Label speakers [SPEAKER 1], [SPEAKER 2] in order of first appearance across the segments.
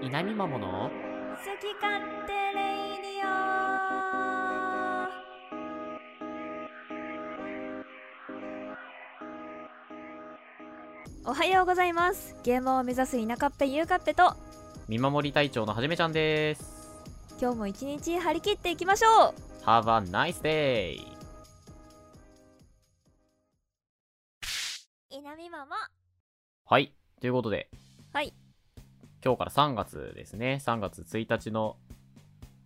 [SPEAKER 1] 稲見まもの
[SPEAKER 2] 好き勝手レイディオおはようございますゲームを目指す田舎っぺゆうかっぺと
[SPEAKER 1] 見守り隊長のはじめちゃんです
[SPEAKER 2] 今日も一日張り切っていきましょう
[SPEAKER 1] Have a nice day
[SPEAKER 2] 稲見ママ
[SPEAKER 1] はいということで
[SPEAKER 2] はい
[SPEAKER 1] 今日から3月ですね3月1日の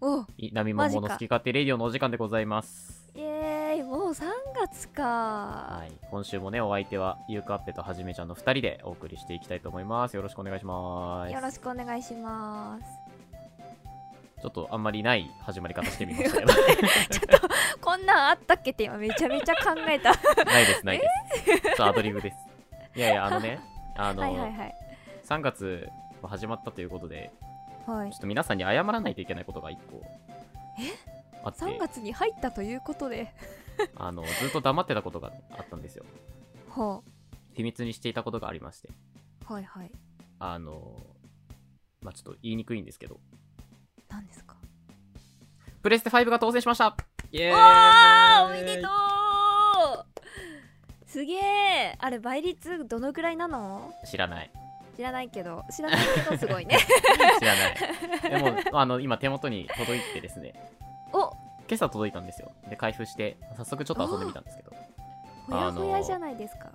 [SPEAKER 2] お
[SPEAKER 1] 稲見まもの
[SPEAKER 2] マジか
[SPEAKER 1] 好き勝手レディオのお時間でございます
[SPEAKER 2] イエーイもう3月か
[SPEAKER 1] はい今週もねお相手はゆうかっぺとはじめちゃんの2人でお送りしていきたいと思いますよろしくお願いします
[SPEAKER 2] よろしくお願いします
[SPEAKER 1] ちょっとあんまりない始まり方してみました けど
[SPEAKER 2] こんなんあったっけって今めちゃめちゃ考えた
[SPEAKER 1] ないですないですちょっとアドリブですいやいやあのねあの、
[SPEAKER 2] はいはいはい
[SPEAKER 1] 3月は始まったということで
[SPEAKER 2] はい
[SPEAKER 1] ちょっと皆さんに謝らないといけないことが1個あって
[SPEAKER 2] 3月に入ったということで
[SPEAKER 1] あのずっと黙ってたことがあったんですよ
[SPEAKER 2] は
[SPEAKER 1] 秘密にしていたことがありまして
[SPEAKER 2] あはいはい
[SPEAKER 1] あのまあちょっと言いにくいんですけど
[SPEAKER 2] 何ですか
[SPEAKER 1] プレステ5が当選しましたイエーイ
[SPEAKER 2] わあおめでとうすげえあれ倍率どのくらいなの
[SPEAKER 1] 知らない
[SPEAKER 2] 知らないけど知らないけどすごい ね
[SPEAKER 1] 知らないでもあの今手元に届いてですね
[SPEAKER 2] お
[SPEAKER 1] 今朝届いたんですよで開封して早速ちょっと遊んでみたんですけど
[SPEAKER 2] ほやほやじゃないですか、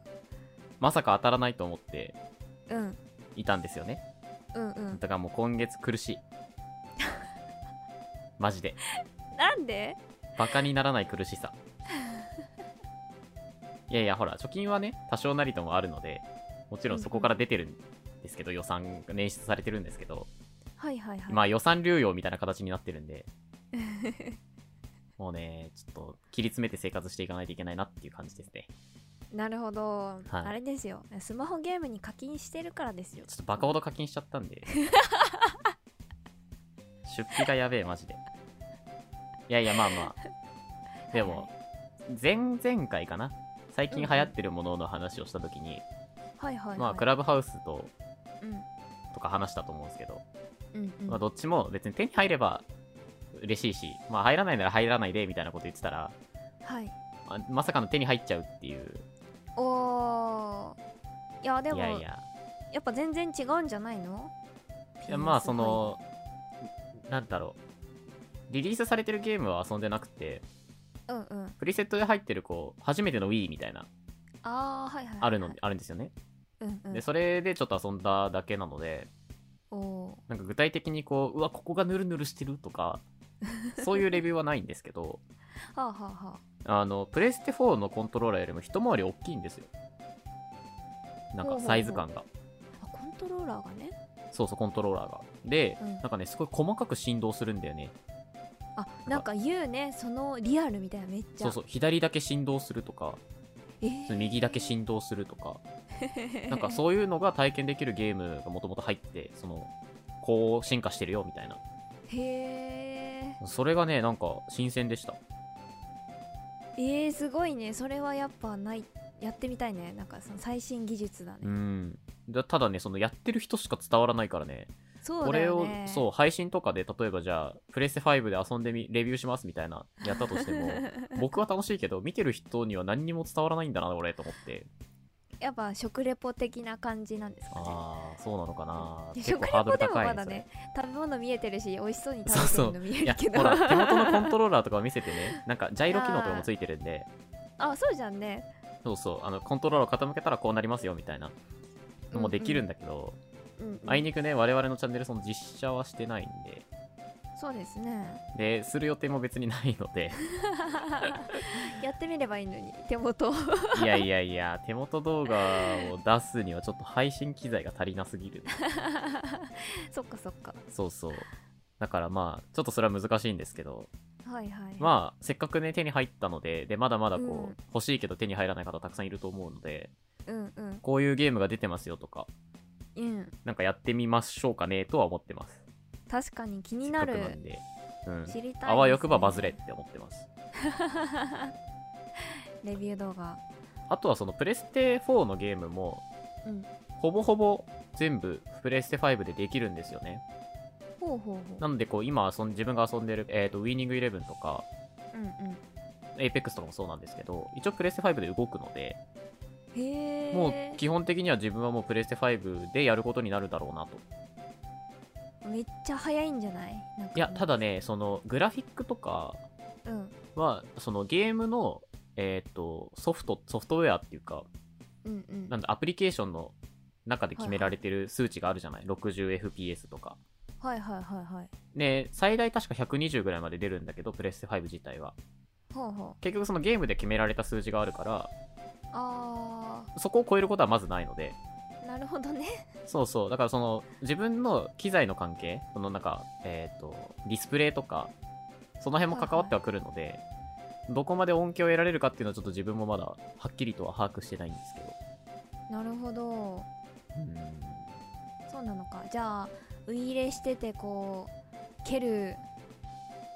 [SPEAKER 1] まさか当たらないと思って
[SPEAKER 2] うん
[SPEAKER 1] いたんですよね
[SPEAKER 2] うんうん
[SPEAKER 1] だからもう今月苦しいマジで
[SPEAKER 2] なんで
[SPEAKER 1] バカにならない苦しさいやいやほら貯金はね多少なりともあるのでもちろんそこから出てるんですけど、予算が捻出されてるんですけど、
[SPEAKER 2] はいはいはい、
[SPEAKER 1] まあ予算流用みたいな形になってるんでもうねちょっと切り詰めて生活していかないといけないなっていう感じですね
[SPEAKER 2] なるほど、
[SPEAKER 1] はい
[SPEAKER 2] あれですよスマホゲームに課金してるからですよ
[SPEAKER 1] ちょっとバカほど課金しちゃったんで出費がやべえマジでいやいやまあまあでも前々回かな最近流行ってるものの話をした時に、
[SPEAKER 2] はいはいはい
[SPEAKER 1] まあクラブハウスと
[SPEAKER 2] うん
[SPEAKER 1] とか話したと思うんですけど、
[SPEAKER 2] うんうん
[SPEAKER 1] まあ、どっちも別に手に入れば嬉しいし、まあ、入らないなら入らないでみたいなこと言ってたら
[SPEAKER 2] はい
[SPEAKER 1] ままさかの手に入っちゃうっていう
[SPEAKER 2] おーいやでも
[SPEAKER 1] いやいや
[SPEAKER 2] やっぱ全然違うんじゃないの
[SPEAKER 1] いやまあそのなんだろうリリースされてるゲームは遊んでなくて
[SPEAKER 2] うんうん
[SPEAKER 1] プリセットで入ってるこう初めての Wii みたいな
[SPEAKER 2] ああはいはいはい、
[SPEAKER 1] あるのあるんですよね
[SPEAKER 2] うんうん
[SPEAKER 1] でそれでちょっと遊んだだけなので
[SPEAKER 2] おー
[SPEAKER 1] なんか具体的にこううわここがヌルヌルしてると かそういうレビューはないんですけど
[SPEAKER 2] はあはあは
[SPEAKER 1] あのプレステ4のコントローラーよりも一回り大きいんですよなんかサイズ感が
[SPEAKER 2] ああコントローラーがね
[SPEAKER 1] そうそうコントローラーがで、
[SPEAKER 2] うん
[SPEAKER 1] なんかねすごい細かく振動するんだよね
[SPEAKER 2] あなんか言うねそのリアルみたいなめっちゃ
[SPEAKER 1] そうそう左だけ振動するとか
[SPEAKER 2] えー
[SPEAKER 1] 右だけ 振動するとかなんかそういうのが体験できるゲームがもともと入ってそのこう進化してるよみたいな
[SPEAKER 2] へえ
[SPEAKER 1] それがねなんか新鮮でした
[SPEAKER 2] えー、すごいねそれはやっぱないやってみたいねなんかその最新技術だね、
[SPEAKER 1] うんだただねそのやってる人しか伝わらないからね
[SPEAKER 2] そう
[SPEAKER 1] こ
[SPEAKER 2] だ
[SPEAKER 1] れ
[SPEAKER 2] よ
[SPEAKER 1] を
[SPEAKER 2] ね
[SPEAKER 1] そう配信とかで例えばじゃあプレステ5で遊んでみレビューしますみたいなやったとして も僕は楽しいけど見てる人には何にも伝わらないんだな俺と思って
[SPEAKER 2] やっぱ食レポ的な感じなんですかね
[SPEAKER 1] ああそうなのかな
[SPEAKER 2] で
[SPEAKER 1] 結
[SPEAKER 2] 食
[SPEAKER 1] 構
[SPEAKER 2] レ
[SPEAKER 1] ハード
[SPEAKER 2] ポ
[SPEAKER 1] ル
[SPEAKER 2] でも
[SPEAKER 1] 高い
[SPEAKER 2] ま
[SPEAKER 1] ね
[SPEAKER 2] だ
[SPEAKER 1] それ
[SPEAKER 2] ね食べ物見えてるし美味しそうに食べてるの見
[SPEAKER 1] い
[SPEAKER 2] え
[SPEAKER 1] や
[SPEAKER 2] るけど
[SPEAKER 1] ほら 手元のコントローラーとかを見せてねなんかジャイロ機能とかもついてるんで
[SPEAKER 2] あそうじゃんね
[SPEAKER 1] そうそうあのコントローラーを傾けたらこうなりますよみたいなのもできるんだけど、
[SPEAKER 2] うんうん
[SPEAKER 1] あいにくね我々のチャンネルその実写はしてないんで
[SPEAKER 2] そうですね
[SPEAKER 1] でする予定も別にないので
[SPEAKER 2] やってみればいいのに手元を
[SPEAKER 1] いやいやいや手元動画を出すにはちょっと配信機材が足りなすぎる
[SPEAKER 2] そっかそっか
[SPEAKER 1] そうそうだからまあちょっとそれは難しいんですけど
[SPEAKER 2] はいはい
[SPEAKER 1] まあせっかくね手に入ったのででまだまだこう、
[SPEAKER 2] うん
[SPEAKER 1] 欲しいけど手に入らない方たくさんいると思うので
[SPEAKER 2] うんうん
[SPEAKER 1] こういうゲームが出てますよとか
[SPEAKER 2] うん
[SPEAKER 1] なんかやってみましょうかねとは思ってます。
[SPEAKER 2] 確かに気に
[SPEAKER 1] せっ
[SPEAKER 2] な
[SPEAKER 1] かくなん
[SPEAKER 2] る
[SPEAKER 1] で。うん。
[SPEAKER 2] 知りたいですね
[SPEAKER 1] あわよくばバズれって思ってます。
[SPEAKER 2] レビュー動画
[SPEAKER 1] あとはそのプレステ4のゲームも、
[SPEAKER 2] うん
[SPEAKER 1] ほぼほぼ全部プレステ5でできるんですよね。
[SPEAKER 2] ほうほうほ
[SPEAKER 1] なのでこう今遊ん自分が遊んでる、えー、とウィニングイレブンとか
[SPEAKER 2] ううんうん
[SPEAKER 1] エイペックスとかもそうなんですけど一応プレステ5で動くので
[SPEAKER 2] へえ
[SPEAKER 1] もう基本的には自分はもうプレステ5でやることになるだろうなと
[SPEAKER 2] めっちゃ早いんじゃないなんか
[SPEAKER 1] いやただねそのグラフィックとか
[SPEAKER 2] うん
[SPEAKER 1] はそのゲームの、えー、とソフトソフトウェアっていうか
[SPEAKER 2] うんうん
[SPEAKER 1] なんだアプリケーションの中で決められてる数値があるじゃない、60fps とか
[SPEAKER 2] はいはいはいはい
[SPEAKER 1] で最大確か120ぐらいまで出るんだけどプレステ5自体は
[SPEAKER 2] ほうほう
[SPEAKER 1] 結局そのゲームで決められた数字があるから
[SPEAKER 2] あ
[SPEAKER 1] そこを超えることはまずないので
[SPEAKER 2] ーなるほどね
[SPEAKER 1] そうそうだからその自分の機材の関係そのなんかえっ、とディスプレイとかその辺も関わってはくるので、どこまで恩恵を得られるかっていうのはちょっと自分もまだはっきりとは把握してないんですけど
[SPEAKER 2] なるほど
[SPEAKER 1] うん
[SPEAKER 2] そうなのかじゃあウイイレしててこう蹴る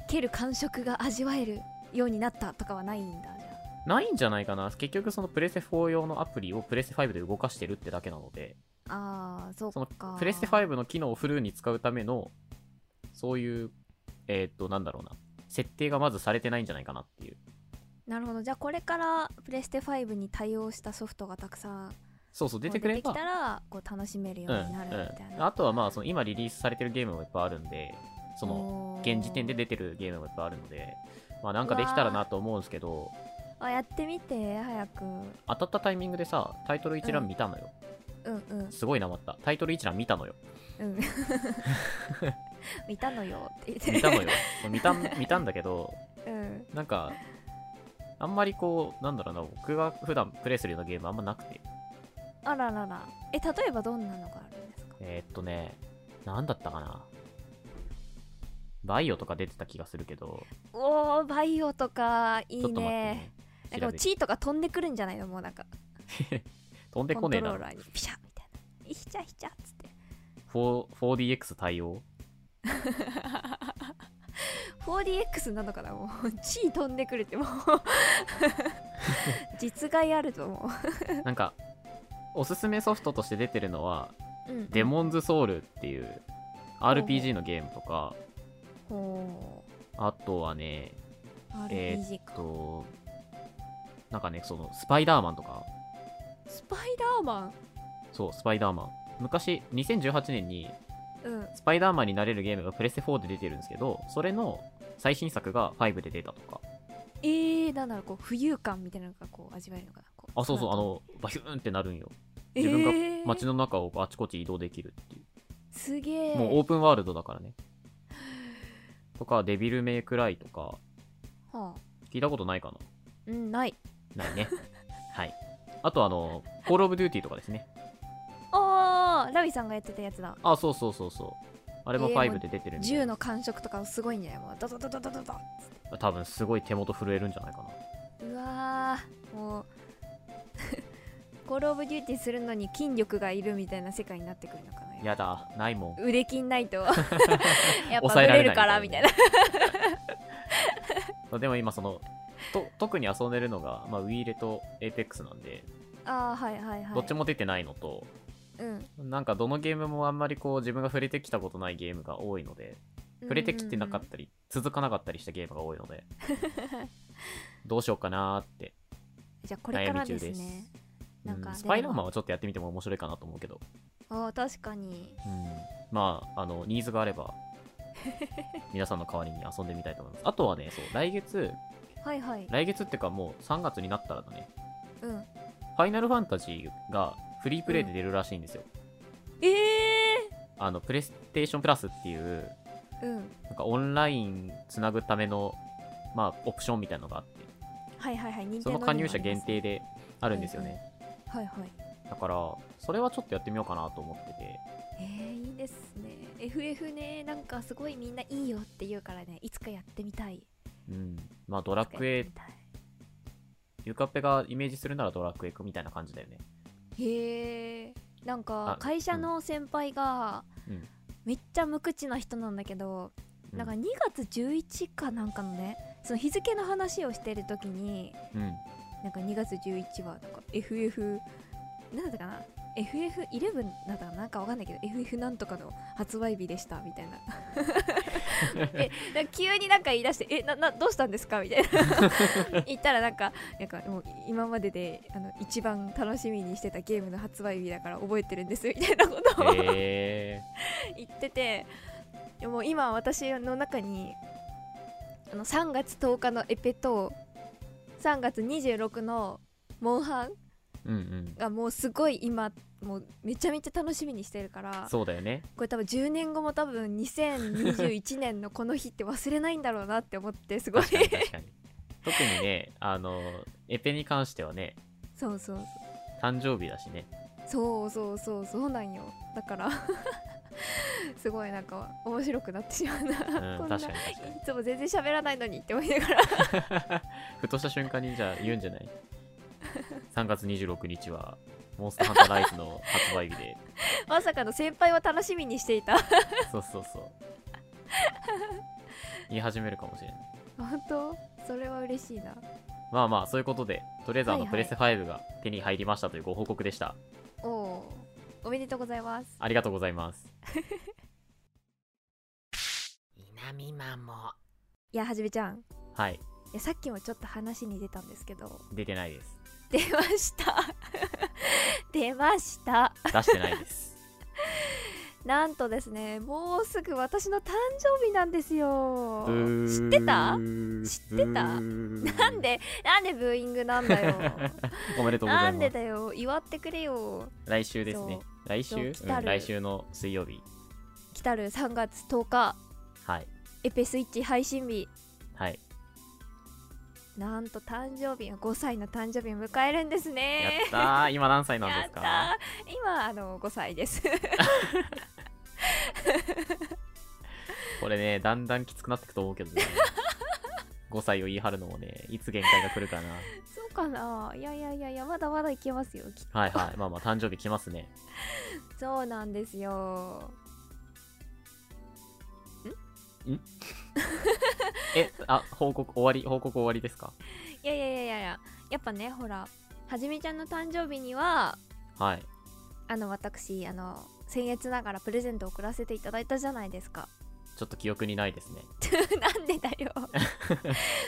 [SPEAKER 2] 蹴る感触が味わえるようになったとかはないんだじゃ
[SPEAKER 1] ないんじゃないかな結局そのプレステ4用のアプリをプレステ5で動かしてるってだけなので
[SPEAKER 2] ああーそ
[SPEAKER 1] その
[SPEAKER 2] うか
[SPEAKER 1] プレステ5の機能をフルに使うためのそういうえっ、となんだろうな設定がまずされてないんじゃないかなっていう
[SPEAKER 2] なるほどじゃあこれからプレステ5に対応したソフトがたくさん
[SPEAKER 1] そうそう出てくれ
[SPEAKER 2] こ
[SPEAKER 1] ば
[SPEAKER 2] う出てきたらこう楽しめるようになるみたいな、
[SPEAKER 1] うんうん、あとはまあその今リリースされてるゲームもいっぱいあるんでその
[SPEAKER 2] の
[SPEAKER 1] 現時点で出てるゲームもいっぱいあるのでまあなんかできたらなと思うんですけど
[SPEAKER 2] あやってみて早く
[SPEAKER 1] 当たったタイミングでさタイトル一覧見たのよ、
[SPEAKER 2] うん うん
[SPEAKER 1] すごいなまったタイトル一覧見たの よ
[SPEAKER 2] うん見たのよって言って
[SPEAKER 1] 見たのよ見た見たんだけど
[SPEAKER 2] うん
[SPEAKER 1] なんかあんまりこうなんだろうな僕が普段プレイするようなゲームあんまなくて
[SPEAKER 2] あらららえ例えばどんなのがあるんですか
[SPEAKER 1] えーっとねなんだったかなバイオとか出てた気がするけど
[SPEAKER 2] おおバイオとかい
[SPEAKER 1] ちょ
[SPEAKER 2] い
[SPEAKER 1] っと待って
[SPEAKER 2] ね
[SPEAKER 1] ね
[SPEAKER 2] な
[SPEAKER 1] 調
[SPEAKER 2] んかも
[SPEAKER 1] べ
[SPEAKER 2] う
[SPEAKER 1] て
[SPEAKER 2] 血とか飛んでくるんじゃないのもうなんか
[SPEAKER 1] 飛んで
[SPEAKER 2] コ
[SPEAKER 1] こ
[SPEAKER 2] ン
[SPEAKER 1] ね
[SPEAKER 2] ト
[SPEAKER 1] え
[SPEAKER 2] ロー
[SPEAKER 1] な
[SPEAKER 2] ラーにピシャみたいなひちゃひちゃっつって
[SPEAKER 1] 4- 4DX 対 応
[SPEAKER 2] 4DX なのかなもう血飛んでくるっ てもう実害あると思
[SPEAKER 1] なんかおすすめソフトとして出てるのは
[SPEAKER 2] う、うん、
[SPEAKER 1] 「デモンズソウル」っていう RPG のゲームとか
[SPEAKER 2] ほ
[SPEAKER 1] あとはね
[SPEAKER 2] う
[SPEAKER 1] え
[SPEAKER 2] RPG
[SPEAKER 1] ー
[SPEAKER 2] か、
[SPEAKER 1] っとなんかねそのスパイダーマンとか
[SPEAKER 2] スパイダーマン
[SPEAKER 1] そうスパイダーマン昔2018年に
[SPEAKER 2] うん
[SPEAKER 1] スパイダーマンになれるゲームがプレステ4で出てるんですけどそれの最新作が5で出たとか
[SPEAKER 2] えー、なんだろうこう浮遊感みたいなのがこう味わえるのかなこ
[SPEAKER 1] あそうそうあ
[SPEAKER 2] なんか
[SPEAKER 1] のバヒューンってなるんよ
[SPEAKER 2] え
[SPEAKER 1] 自分が
[SPEAKER 2] ー
[SPEAKER 1] 街の中をあちこち移動できるっていう
[SPEAKER 2] すげえ
[SPEAKER 1] もうオープンワールドだからねとかデビルメイクライとか
[SPEAKER 2] はあ、
[SPEAKER 1] 聞いたことないか
[SPEAKER 2] うんない
[SPEAKER 1] な ないねはいあとあのコールオブデューティーとかですね
[SPEAKER 2] あーラビさんがやってたやつだ
[SPEAKER 1] あそうそうそうそうあれも
[SPEAKER 2] えー
[SPEAKER 1] 5で出てるんで、
[SPEAKER 2] 銃の感触とかすごいんじゃないもうドドドドドドド
[SPEAKER 1] 多分すごい手元震えるんじゃないかな
[SPEAKER 2] うわーもう コールオブデューティーするのに筋力がいるみたいな世界になってくるのかな
[SPEAKER 1] やだないもん
[SPEAKER 2] 腕筋ない とやっぱ
[SPEAKER 1] 抑え
[SPEAKER 2] ブ
[SPEAKER 1] られ
[SPEAKER 2] レ
[SPEAKER 1] ない
[SPEAKER 2] るからみたいな
[SPEAKER 1] でも今そのと特に遊んでるのが、まあ、ウィーレとエイペックスなんで、
[SPEAKER 2] あーはいはいはい
[SPEAKER 1] どっちも出てないのと
[SPEAKER 2] うん
[SPEAKER 1] なんかどのゲームもあんまりこう自分が触れてきたことないゲームが多いので触れてきてなかったり、続かなかったりしたゲームが多いのでどうしようかなーって
[SPEAKER 2] じゃあこれ
[SPEAKER 1] 悩
[SPEAKER 2] から
[SPEAKER 1] み中
[SPEAKER 2] です
[SPEAKER 1] です
[SPEAKER 2] ね
[SPEAKER 1] う
[SPEAKER 2] なん
[SPEAKER 1] ん
[SPEAKER 2] か
[SPEAKER 1] スパイダーマンはちょっとやってみても面白いかなと思うけど、
[SPEAKER 2] あー確かに
[SPEAKER 1] うんまああのニーズがあれば皆さんの代わりに遊んでみたいと思いますあとはねそう来月
[SPEAKER 2] はいはい
[SPEAKER 1] 来月っていうかもう3月になったらだね
[SPEAKER 2] うん
[SPEAKER 1] ファイナルファンタジーがフリープレイで出るらしいんですよ、
[SPEAKER 2] ええ
[SPEAKER 1] あのプレイステーションプラスっていう
[SPEAKER 2] ー、うん
[SPEAKER 1] なんかオンラインつなぐための、まあ、オプションみたいなのがあって
[SPEAKER 2] はいはいはい任
[SPEAKER 1] その
[SPEAKER 2] 天堂にも
[SPEAKER 1] 加入者
[SPEAKER 2] ありま
[SPEAKER 1] 限
[SPEAKER 2] すね
[SPEAKER 1] 定であるんですよね、
[SPEAKER 2] はいはい
[SPEAKER 1] だからそれはちょっとやってみようかなと思ってて
[SPEAKER 2] えー、いいですね FF ねなんかすごいみんないいよって言うからねいつかやってみたい
[SPEAKER 1] うんまあドラク
[SPEAKER 2] いつ
[SPEAKER 1] エ
[SPEAKER 2] かやって
[SPEAKER 1] ゆかっぺがイメージするならドラクエみたいな感じだよね
[SPEAKER 2] みたいへえなんか
[SPEAKER 1] あ
[SPEAKER 2] 会社の先輩が、
[SPEAKER 1] うん
[SPEAKER 2] めっちゃ無口な人なんだけど、
[SPEAKER 1] うん
[SPEAKER 2] なんか2月11かなんかのねその日付の話をしてる時に
[SPEAKER 1] うん
[SPEAKER 2] なんか2月11はなんか FF なんだったかな FF11 だったかななんかわかんないけど FF なんとかの発売日でしたみたいなえなんか急になんか言い出してえななどうしたんですかみたいな言ったらなんかなんかもう今までであの一番楽しみにしてたゲームの発売日だから覚えてるんですみたいなことを
[SPEAKER 1] え
[SPEAKER 2] 言っててでも今私の中にあの3月10日のエペと3月26のモンハン
[SPEAKER 1] ー、うんうん
[SPEAKER 2] がもうすごい今もうめちゃめちゃ楽しみにしてるから
[SPEAKER 1] そうだよね
[SPEAKER 2] これ多分10年後も多分2021年のこの日って忘れないんだろうなって思って すごい
[SPEAKER 1] 確かに確かに特にねあのエペに関してはね
[SPEAKER 2] そうそう
[SPEAKER 1] 誕生日だしね
[SPEAKER 2] そうそうそうそうなんよだから すごいなんか面白くなってしまうな、
[SPEAKER 1] うん
[SPEAKER 2] こん
[SPEAKER 1] 確
[SPEAKER 2] な
[SPEAKER 1] かに
[SPEAKER 2] い
[SPEAKER 1] 確かに
[SPEAKER 2] つも全然喋らないのにって思いながら
[SPEAKER 1] ふとした瞬間にじゃあ言うんじゃない3月26日はモンスターハンターライズの発売日で
[SPEAKER 2] まさかの先輩を楽しみにしていた
[SPEAKER 1] そうそうそう言い始めるかもしれない
[SPEAKER 2] 本当それは嬉しいな
[SPEAKER 1] まあまあそういうことでとりあえずあ
[SPEAKER 2] は
[SPEAKER 1] の
[SPEAKER 2] いはい
[SPEAKER 1] プレス5が手に入りましたというご報告でした、
[SPEAKER 2] おおーおめでとうございます
[SPEAKER 1] ありがとうございます南マンも
[SPEAKER 2] いやはじめちゃんい
[SPEAKER 1] はい
[SPEAKER 2] やさっきもちょっと話に出たんですけど
[SPEAKER 1] 出てないです
[SPEAKER 2] 出ました 出ました
[SPEAKER 1] 出してないです
[SPEAKER 2] なんとですねもうすぐ私の誕生日なんですよ知ってた知ってたなんでなんでブーイングなんだよ
[SPEAKER 1] おめでとうござ
[SPEAKER 2] ないんで
[SPEAKER 1] ます
[SPEAKER 2] だよ祝ってくれよ
[SPEAKER 1] 来週ですね
[SPEAKER 2] そ
[SPEAKER 1] 来
[SPEAKER 2] そ
[SPEAKER 1] 週
[SPEAKER 2] う来たる
[SPEAKER 1] うん来週の水曜日
[SPEAKER 2] 来たる3月10日
[SPEAKER 1] はい
[SPEAKER 2] エペスイッチ配信日
[SPEAKER 1] はい
[SPEAKER 2] なんと誕生日5歳の誕生日を迎えるんです
[SPEAKER 1] や
[SPEAKER 2] ね
[SPEAKER 1] ったー今何歳なんですか
[SPEAKER 2] ー今あの5歳です
[SPEAKER 1] これねだんだんきつくなってくと思うけ どね5歳を言い張るのもねいつ限界が来るかな
[SPEAKER 2] そうかないやいやいやいやまだまだいけますよきっと
[SPEAKER 1] はいはいまあまあ誕生日来ますね
[SPEAKER 2] そうなんですよ
[SPEAKER 1] えあ報告終わり報告終わりですか
[SPEAKER 2] いやいやいやいやいややっぱねほらはじめちゃんの誕生日には
[SPEAKER 1] はい
[SPEAKER 2] あの私あの僭越ながらプレゼントを送らせていただいたじゃないですか
[SPEAKER 1] ちょっと記憶にないですね
[SPEAKER 2] なんでだ よ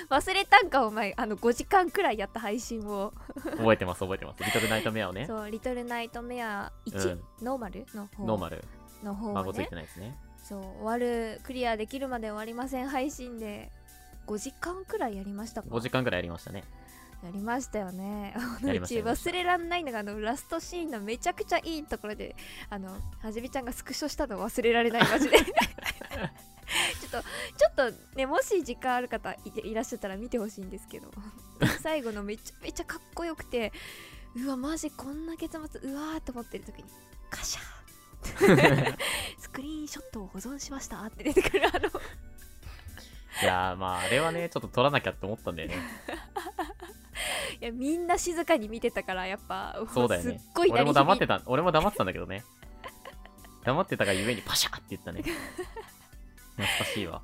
[SPEAKER 2] 忘れたんかお前あの5時間くらいやった配信を
[SPEAKER 1] 覚えてます覚えてますリトルナイトメアをね
[SPEAKER 2] そう「リトルナイトメア
[SPEAKER 1] う
[SPEAKER 2] 1
[SPEAKER 1] ん」
[SPEAKER 2] ノーマルの方
[SPEAKER 1] ノーマル
[SPEAKER 2] の方を
[SPEAKER 1] 孫つい
[SPEAKER 2] ね
[SPEAKER 1] てないですね
[SPEAKER 2] そう終わるクリアできるまで終わりません配信で5時間くらいやりましたか
[SPEAKER 1] 5時間ぐらいやりましたね
[SPEAKER 2] やりましたよねあの
[SPEAKER 1] や
[SPEAKER 2] う
[SPEAKER 1] りました
[SPEAKER 2] ち
[SPEAKER 1] やりま
[SPEAKER 2] 忘れらんないのがあのラストシーンのめちゃくちゃいいところであのはじめちゃんがスクショしたの忘れられないマジで ちょっとちょっとねもし時間ある方いていらっしゃったら見てほしいんですけど最後のめちゃめちゃかっこよくてうわマジこんな結末うわーって思ってる時にカシャ ースクリーンショットを保存しましたって出てくるあの
[SPEAKER 1] いやーまああれはねちょっと撮らなきゃって思ったんだよね
[SPEAKER 2] いやみんな静かに見てたからやっぱ
[SPEAKER 1] そうだよね
[SPEAKER 2] すっごい鳴
[SPEAKER 1] 俺
[SPEAKER 2] り響
[SPEAKER 1] も
[SPEAKER 2] いて
[SPEAKER 1] 黙ってた俺も黙ってたんだけどね黙ってたがゆえにパシャーって言ったね懐かしいわ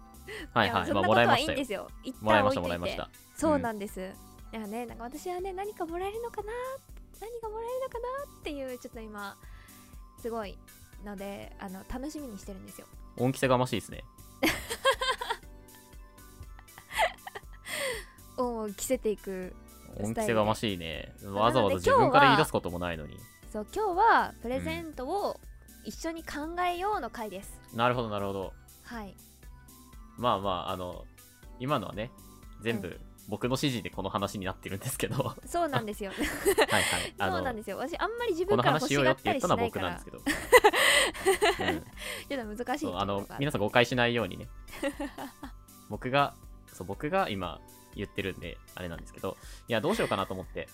[SPEAKER 1] はいはい
[SPEAKER 2] や
[SPEAKER 1] まあ
[SPEAKER 2] そんな
[SPEAKER 1] も
[SPEAKER 2] こ
[SPEAKER 1] らい
[SPEAKER 2] と
[SPEAKER 1] ま
[SPEAKER 2] はいい
[SPEAKER 1] し
[SPEAKER 2] ん
[SPEAKER 1] た
[SPEAKER 2] で
[SPEAKER 1] よ
[SPEAKER 2] すよ。一
[SPEAKER 1] もらい
[SPEAKER 2] 旦
[SPEAKER 1] ま
[SPEAKER 2] 置
[SPEAKER 1] した
[SPEAKER 2] い
[SPEAKER 1] も
[SPEAKER 2] と
[SPEAKER 1] ら
[SPEAKER 2] い
[SPEAKER 1] いましてた。
[SPEAKER 2] そうなんです。だからね、なんか私はね、何かもらえるのかな何かもらえるのかなっていう、ちょっと今、すごいので、あの、楽しみにしてるんですよ。
[SPEAKER 1] 恩着せがましいですね
[SPEAKER 2] 恩を着せていく。
[SPEAKER 1] 恩着せがましいねわざわざ自
[SPEAKER 2] なの
[SPEAKER 1] 分
[SPEAKER 2] で今日は
[SPEAKER 1] から言い出すこともないのに
[SPEAKER 2] そう、今日はプレゼントを一緒に考えようの回です。
[SPEAKER 1] なるほどなるほど
[SPEAKER 2] はい。
[SPEAKER 1] まあまああの今のはね全
[SPEAKER 2] う
[SPEAKER 1] 部僕の指示でこの話になってるんですけ どは
[SPEAKER 2] そうなんですよ。
[SPEAKER 1] いはい あ
[SPEAKER 2] そうな
[SPEAKER 1] の
[SPEAKER 2] んですよ。私、あんまり自
[SPEAKER 1] こ
[SPEAKER 2] 分
[SPEAKER 1] の
[SPEAKER 2] から欲
[SPEAKER 1] 話し
[SPEAKER 2] し
[SPEAKER 1] よう
[SPEAKER 2] が
[SPEAKER 1] よっ
[SPEAKER 2] ってた
[SPEAKER 1] 言
[SPEAKER 2] り
[SPEAKER 1] っ
[SPEAKER 2] した
[SPEAKER 1] のは
[SPEAKER 2] ない
[SPEAKER 1] 僕
[SPEAKER 2] か
[SPEAKER 1] なんで
[SPEAKER 2] ら
[SPEAKER 1] す、けど、うん
[SPEAKER 2] ちょっと難しい
[SPEAKER 1] そうあの皆
[SPEAKER 2] な
[SPEAKER 1] さん誤解しないように ね僕がそう僕が今言ってるんであれなんですけどいやどうしようかなと思って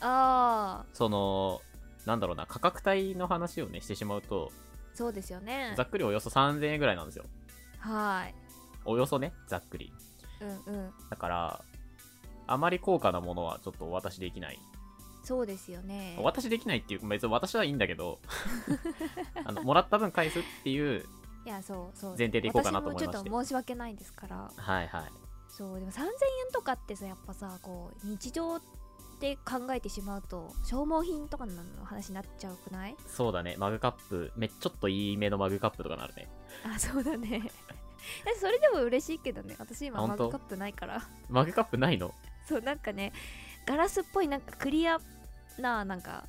[SPEAKER 2] あ
[SPEAKER 1] そのなんだろうな価格帯の話をねしてしまうと
[SPEAKER 2] あ、そうですよね
[SPEAKER 1] ざ。っくりおよそ3000円ぐらいなんですよ
[SPEAKER 2] はい。
[SPEAKER 1] およそねざっくり
[SPEAKER 2] うんうん。
[SPEAKER 1] だからあまり高価なものはちょっとお渡しできない
[SPEAKER 2] そうですよね。
[SPEAKER 1] お渡しできないっていう別に私はいいんだけど あのもらった分返すっていう
[SPEAKER 2] いやそうそう
[SPEAKER 1] 前提でいこうかなと思いまして
[SPEAKER 2] 私もちょっと申し訳ないですから
[SPEAKER 1] はいはい
[SPEAKER 2] そうでも3000円とかってさやっぱさこう日常って考えてしまうと消耗品とかの話になっちゃうくない
[SPEAKER 1] そうだねマグカップめっちょっといい目のマグカップとかなるね
[SPEAKER 2] あそうだね えそれでも嬉しいけどね私
[SPEAKER 1] あ
[SPEAKER 2] 今マ
[SPEAKER 1] 本当
[SPEAKER 2] グカップないから
[SPEAKER 1] マグカップないの
[SPEAKER 2] そうなんかねガラスっぽいなんかクリアななんか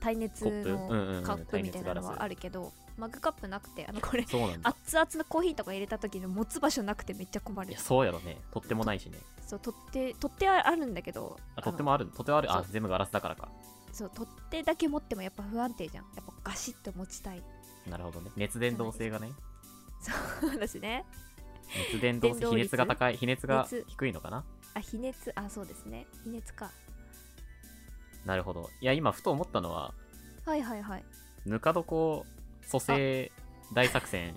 [SPEAKER 2] 耐熱
[SPEAKER 1] コップう
[SPEAKER 2] の
[SPEAKER 1] んうん、うん、
[SPEAKER 2] カップみたいな
[SPEAKER 1] 耐熱
[SPEAKER 2] の
[SPEAKER 1] ガラ
[SPEAKER 2] は
[SPEAKER 1] ス
[SPEAKER 2] あるけどマグカップなくてあのこれ
[SPEAKER 1] そうなんだ
[SPEAKER 2] 熱々のコーヒーとか入れた時の持つ場所なくてめっちゃ困
[SPEAKER 1] い
[SPEAKER 2] る
[SPEAKER 1] やそうやろねとってもないしね
[SPEAKER 2] そう取っ手取っ手はあるんだけど
[SPEAKER 1] あとって
[SPEAKER 2] あ
[SPEAKER 1] もあるとってもある
[SPEAKER 2] そ
[SPEAKER 1] あ
[SPEAKER 2] う
[SPEAKER 1] 全部ガラスだからか
[SPEAKER 2] のそう取っ手だけ持ってもやっぱ不安定じゃんやっぱガシッと持ちたい
[SPEAKER 1] なるほどね熱伝導性がね
[SPEAKER 2] 私ね
[SPEAKER 1] 熱伝導
[SPEAKER 2] 伝
[SPEAKER 1] 性比
[SPEAKER 2] 導率
[SPEAKER 1] 熱が高い比熱が
[SPEAKER 2] 熱
[SPEAKER 1] 低いのかな
[SPEAKER 2] あ比熱あそうですね比熱か
[SPEAKER 1] なるほどいや今ふと思ったのは
[SPEAKER 2] はいはいはい
[SPEAKER 1] ぬか床蘇生大作 戦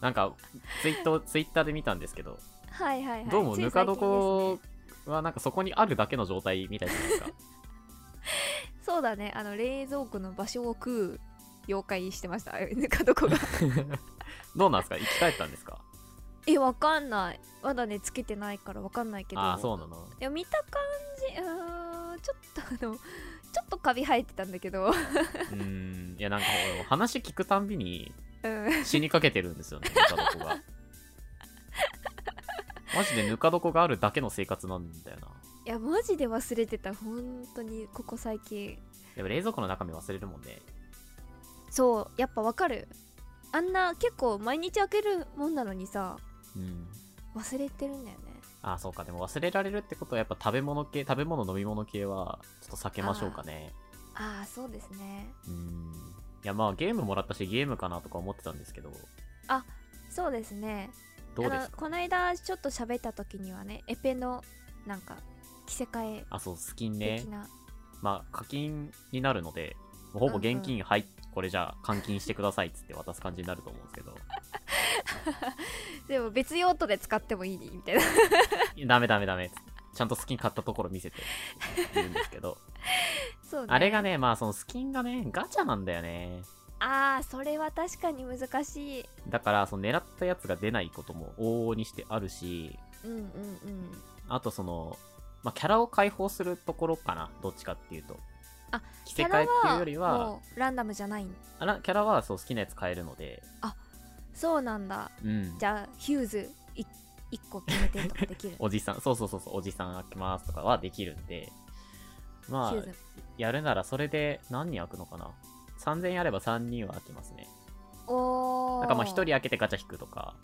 [SPEAKER 1] なんかツイートツイッターで見たんですけど
[SPEAKER 2] はいはいはい
[SPEAKER 1] どうも
[SPEAKER 2] つい
[SPEAKER 1] ぬか
[SPEAKER 2] 最近
[SPEAKER 1] 床
[SPEAKER 2] ですね
[SPEAKER 1] はなんかそこにあるだけの状態みたいじゃないですか
[SPEAKER 2] そうだねあの冷蔵庫の場所を食う妖怪してました あぬ か床が
[SPEAKER 1] どうなんですか生き返ったんですか
[SPEAKER 2] えわかんないまだねつけてないからわかんないけど
[SPEAKER 1] ああそうなの
[SPEAKER 2] いや見た感じうーんちょっとあのちょっとカビ生えてたんだけど
[SPEAKER 1] うーんいやなんか俺話聞くたんびに
[SPEAKER 2] うん
[SPEAKER 1] 死にかけてるんですよね、ぬか床が。マジでぬか床があるだけの生活なんだよな。
[SPEAKER 2] いやマジで忘れてた本当にここ最近
[SPEAKER 1] やっぱ冷蔵庫の中身忘れるもんね。
[SPEAKER 2] そうやっぱわかるあんな結構毎日開けるもんなのにさ
[SPEAKER 1] うん。
[SPEAKER 2] 忘れてるんだよね
[SPEAKER 1] あそうか。でも忘れられるってことはやっぱ食べ物系、食べ物飲み物系はちょっと避けましょうかね。
[SPEAKER 2] ああそうですね
[SPEAKER 1] うん。いやまあゲームもらったしゲームかなとか思ってたんですけど、
[SPEAKER 2] そうですね
[SPEAKER 1] どうで
[SPEAKER 2] あの
[SPEAKER 1] すか
[SPEAKER 2] この間ちょっと喋った時にはねエペのなんか着せ替え
[SPEAKER 1] あ、そう、スキンね
[SPEAKER 2] 的。な、
[SPEAKER 1] まあ課金になるので、もうほぼ現金、はい、これじゃあ換金してくださいっつって渡す感じになると思うんですけど。
[SPEAKER 2] でも別用途で使ってもいいみたいな
[SPEAKER 1] ダメダメダメ。ちゃんとスキン買ったところ見せて言うんですけ ど。
[SPEAKER 2] そうね
[SPEAKER 1] あれがね、まあそのスキンがね、ガチャなんだよね。
[SPEAKER 2] ああそれは確かに難しい
[SPEAKER 1] だから、その狙ったやつが出ないことも往々にしてあるし、
[SPEAKER 2] うんうんうん
[SPEAKER 1] あとその、まあキャラを解放するところかな。どっちかっていうと。
[SPEAKER 2] あ、
[SPEAKER 1] 着せ替えっていうより
[SPEAKER 2] キャラ
[SPEAKER 1] は、
[SPEAKER 2] もうランダムじゃないん
[SPEAKER 1] あらキャラはそう好きなやつ変えるので、
[SPEAKER 2] そうなんだ
[SPEAKER 1] うん
[SPEAKER 2] じ。ゃあヒューズい一個決めてと かできる
[SPEAKER 1] おじさん、そうそうそうそう、おじさん開きますとかはできるんで、ま
[SPEAKER 2] ヒュ
[SPEAKER 1] あ
[SPEAKER 2] ー、ズ
[SPEAKER 1] やるならそれで何人開くのかな ?3000 やれば3人は開きますね。
[SPEAKER 2] おー
[SPEAKER 1] なんかまあ1人開けてガチャ引くとか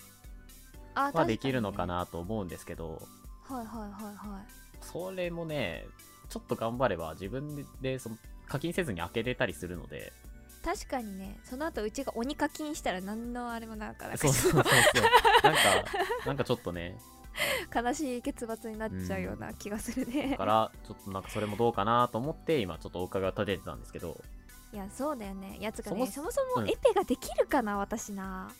[SPEAKER 2] あ
[SPEAKER 1] はできるのか
[SPEAKER 2] な
[SPEAKER 1] なと思うんですけど、
[SPEAKER 2] はいはいはいはい
[SPEAKER 1] それもね、ちょっと頑張れば自分でその課金せずに開けれたりするので、
[SPEAKER 2] 確かにねその後うちが鬼課金したら何のあれもなんかなんか
[SPEAKER 1] そうそうそうそう。なんか、なんかちょっとね、
[SPEAKER 2] 悲しい結末になっちゃうような気がするね
[SPEAKER 1] だ、から、ちょっとなんかそれもどうかなと思って、今ちょっとお伺いを立ててたんですけど、
[SPEAKER 2] いやそうだよねやつがね
[SPEAKER 1] そ
[SPEAKER 2] そ
[SPEAKER 1] も
[SPEAKER 2] もそも
[SPEAKER 1] うん
[SPEAKER 2] エペができるかな、私な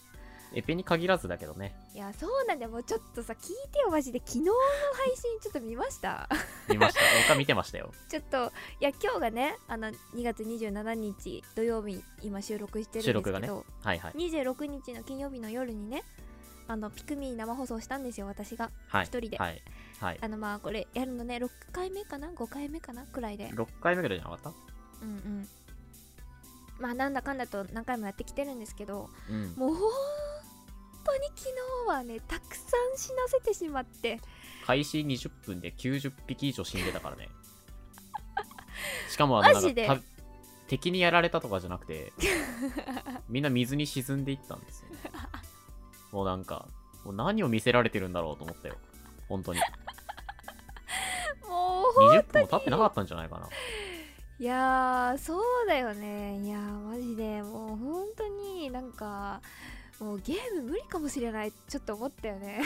[SPEAKER 1] エペに限らずだけどね、
[SPEAKER 2] いやそうなんだよもうちょっとさ聞いてよマジで昨日の配信ちょっと見ました
[SPEAKER 1] 見ました。僕は見てましたよ。
[SPEAKER 2] ちょっといや今日がねあの2月27日土曜日今収録してるんです
[SPEAKER 1] 収録
[SPEAKER 2] けど
[SPEAKER 1] がねはいはい。
[SPEAKER 2] 26日の金曜日の夜にねあのピクミン生放送したんですよ私が
[SPEAKER 1] はい。
[SPEAKER 2] 一人で
[SPEAKER 1] はい。はい。
[SPEAKER 2] あのまあこれやるのね6回目かな5回目かなくらいで
[SPEAKER 1] 6回目ぐらいじゃなかっ
[SPEAKER 2] うんうんまあなんだかんだと何回もやってきてるんですけど
[SPEAKER 1] たうん。
[SPEAKER 2] もう本当に昨日はねたくさん死なせてしまって
[SPEAKER 1] 開始20分で90匹以上死んでた からねしかもあの
[SPEAKER 2] マジで
[SPEAKER 1] なんかた敵にやられたとかじゃなくてみんな水に沈んでいったんです よもうなんかもう何を見せられてるんだろうと思ったよ本当に
[SPEAKER 2] もうほん
[SPEAKER 1] 20分も経ってなかったんじゃないかない
[SPEAKER 2] やーそうだよねいやーマジでもう本当になんかもうゲーム無理かもしれないちょっと思ったよね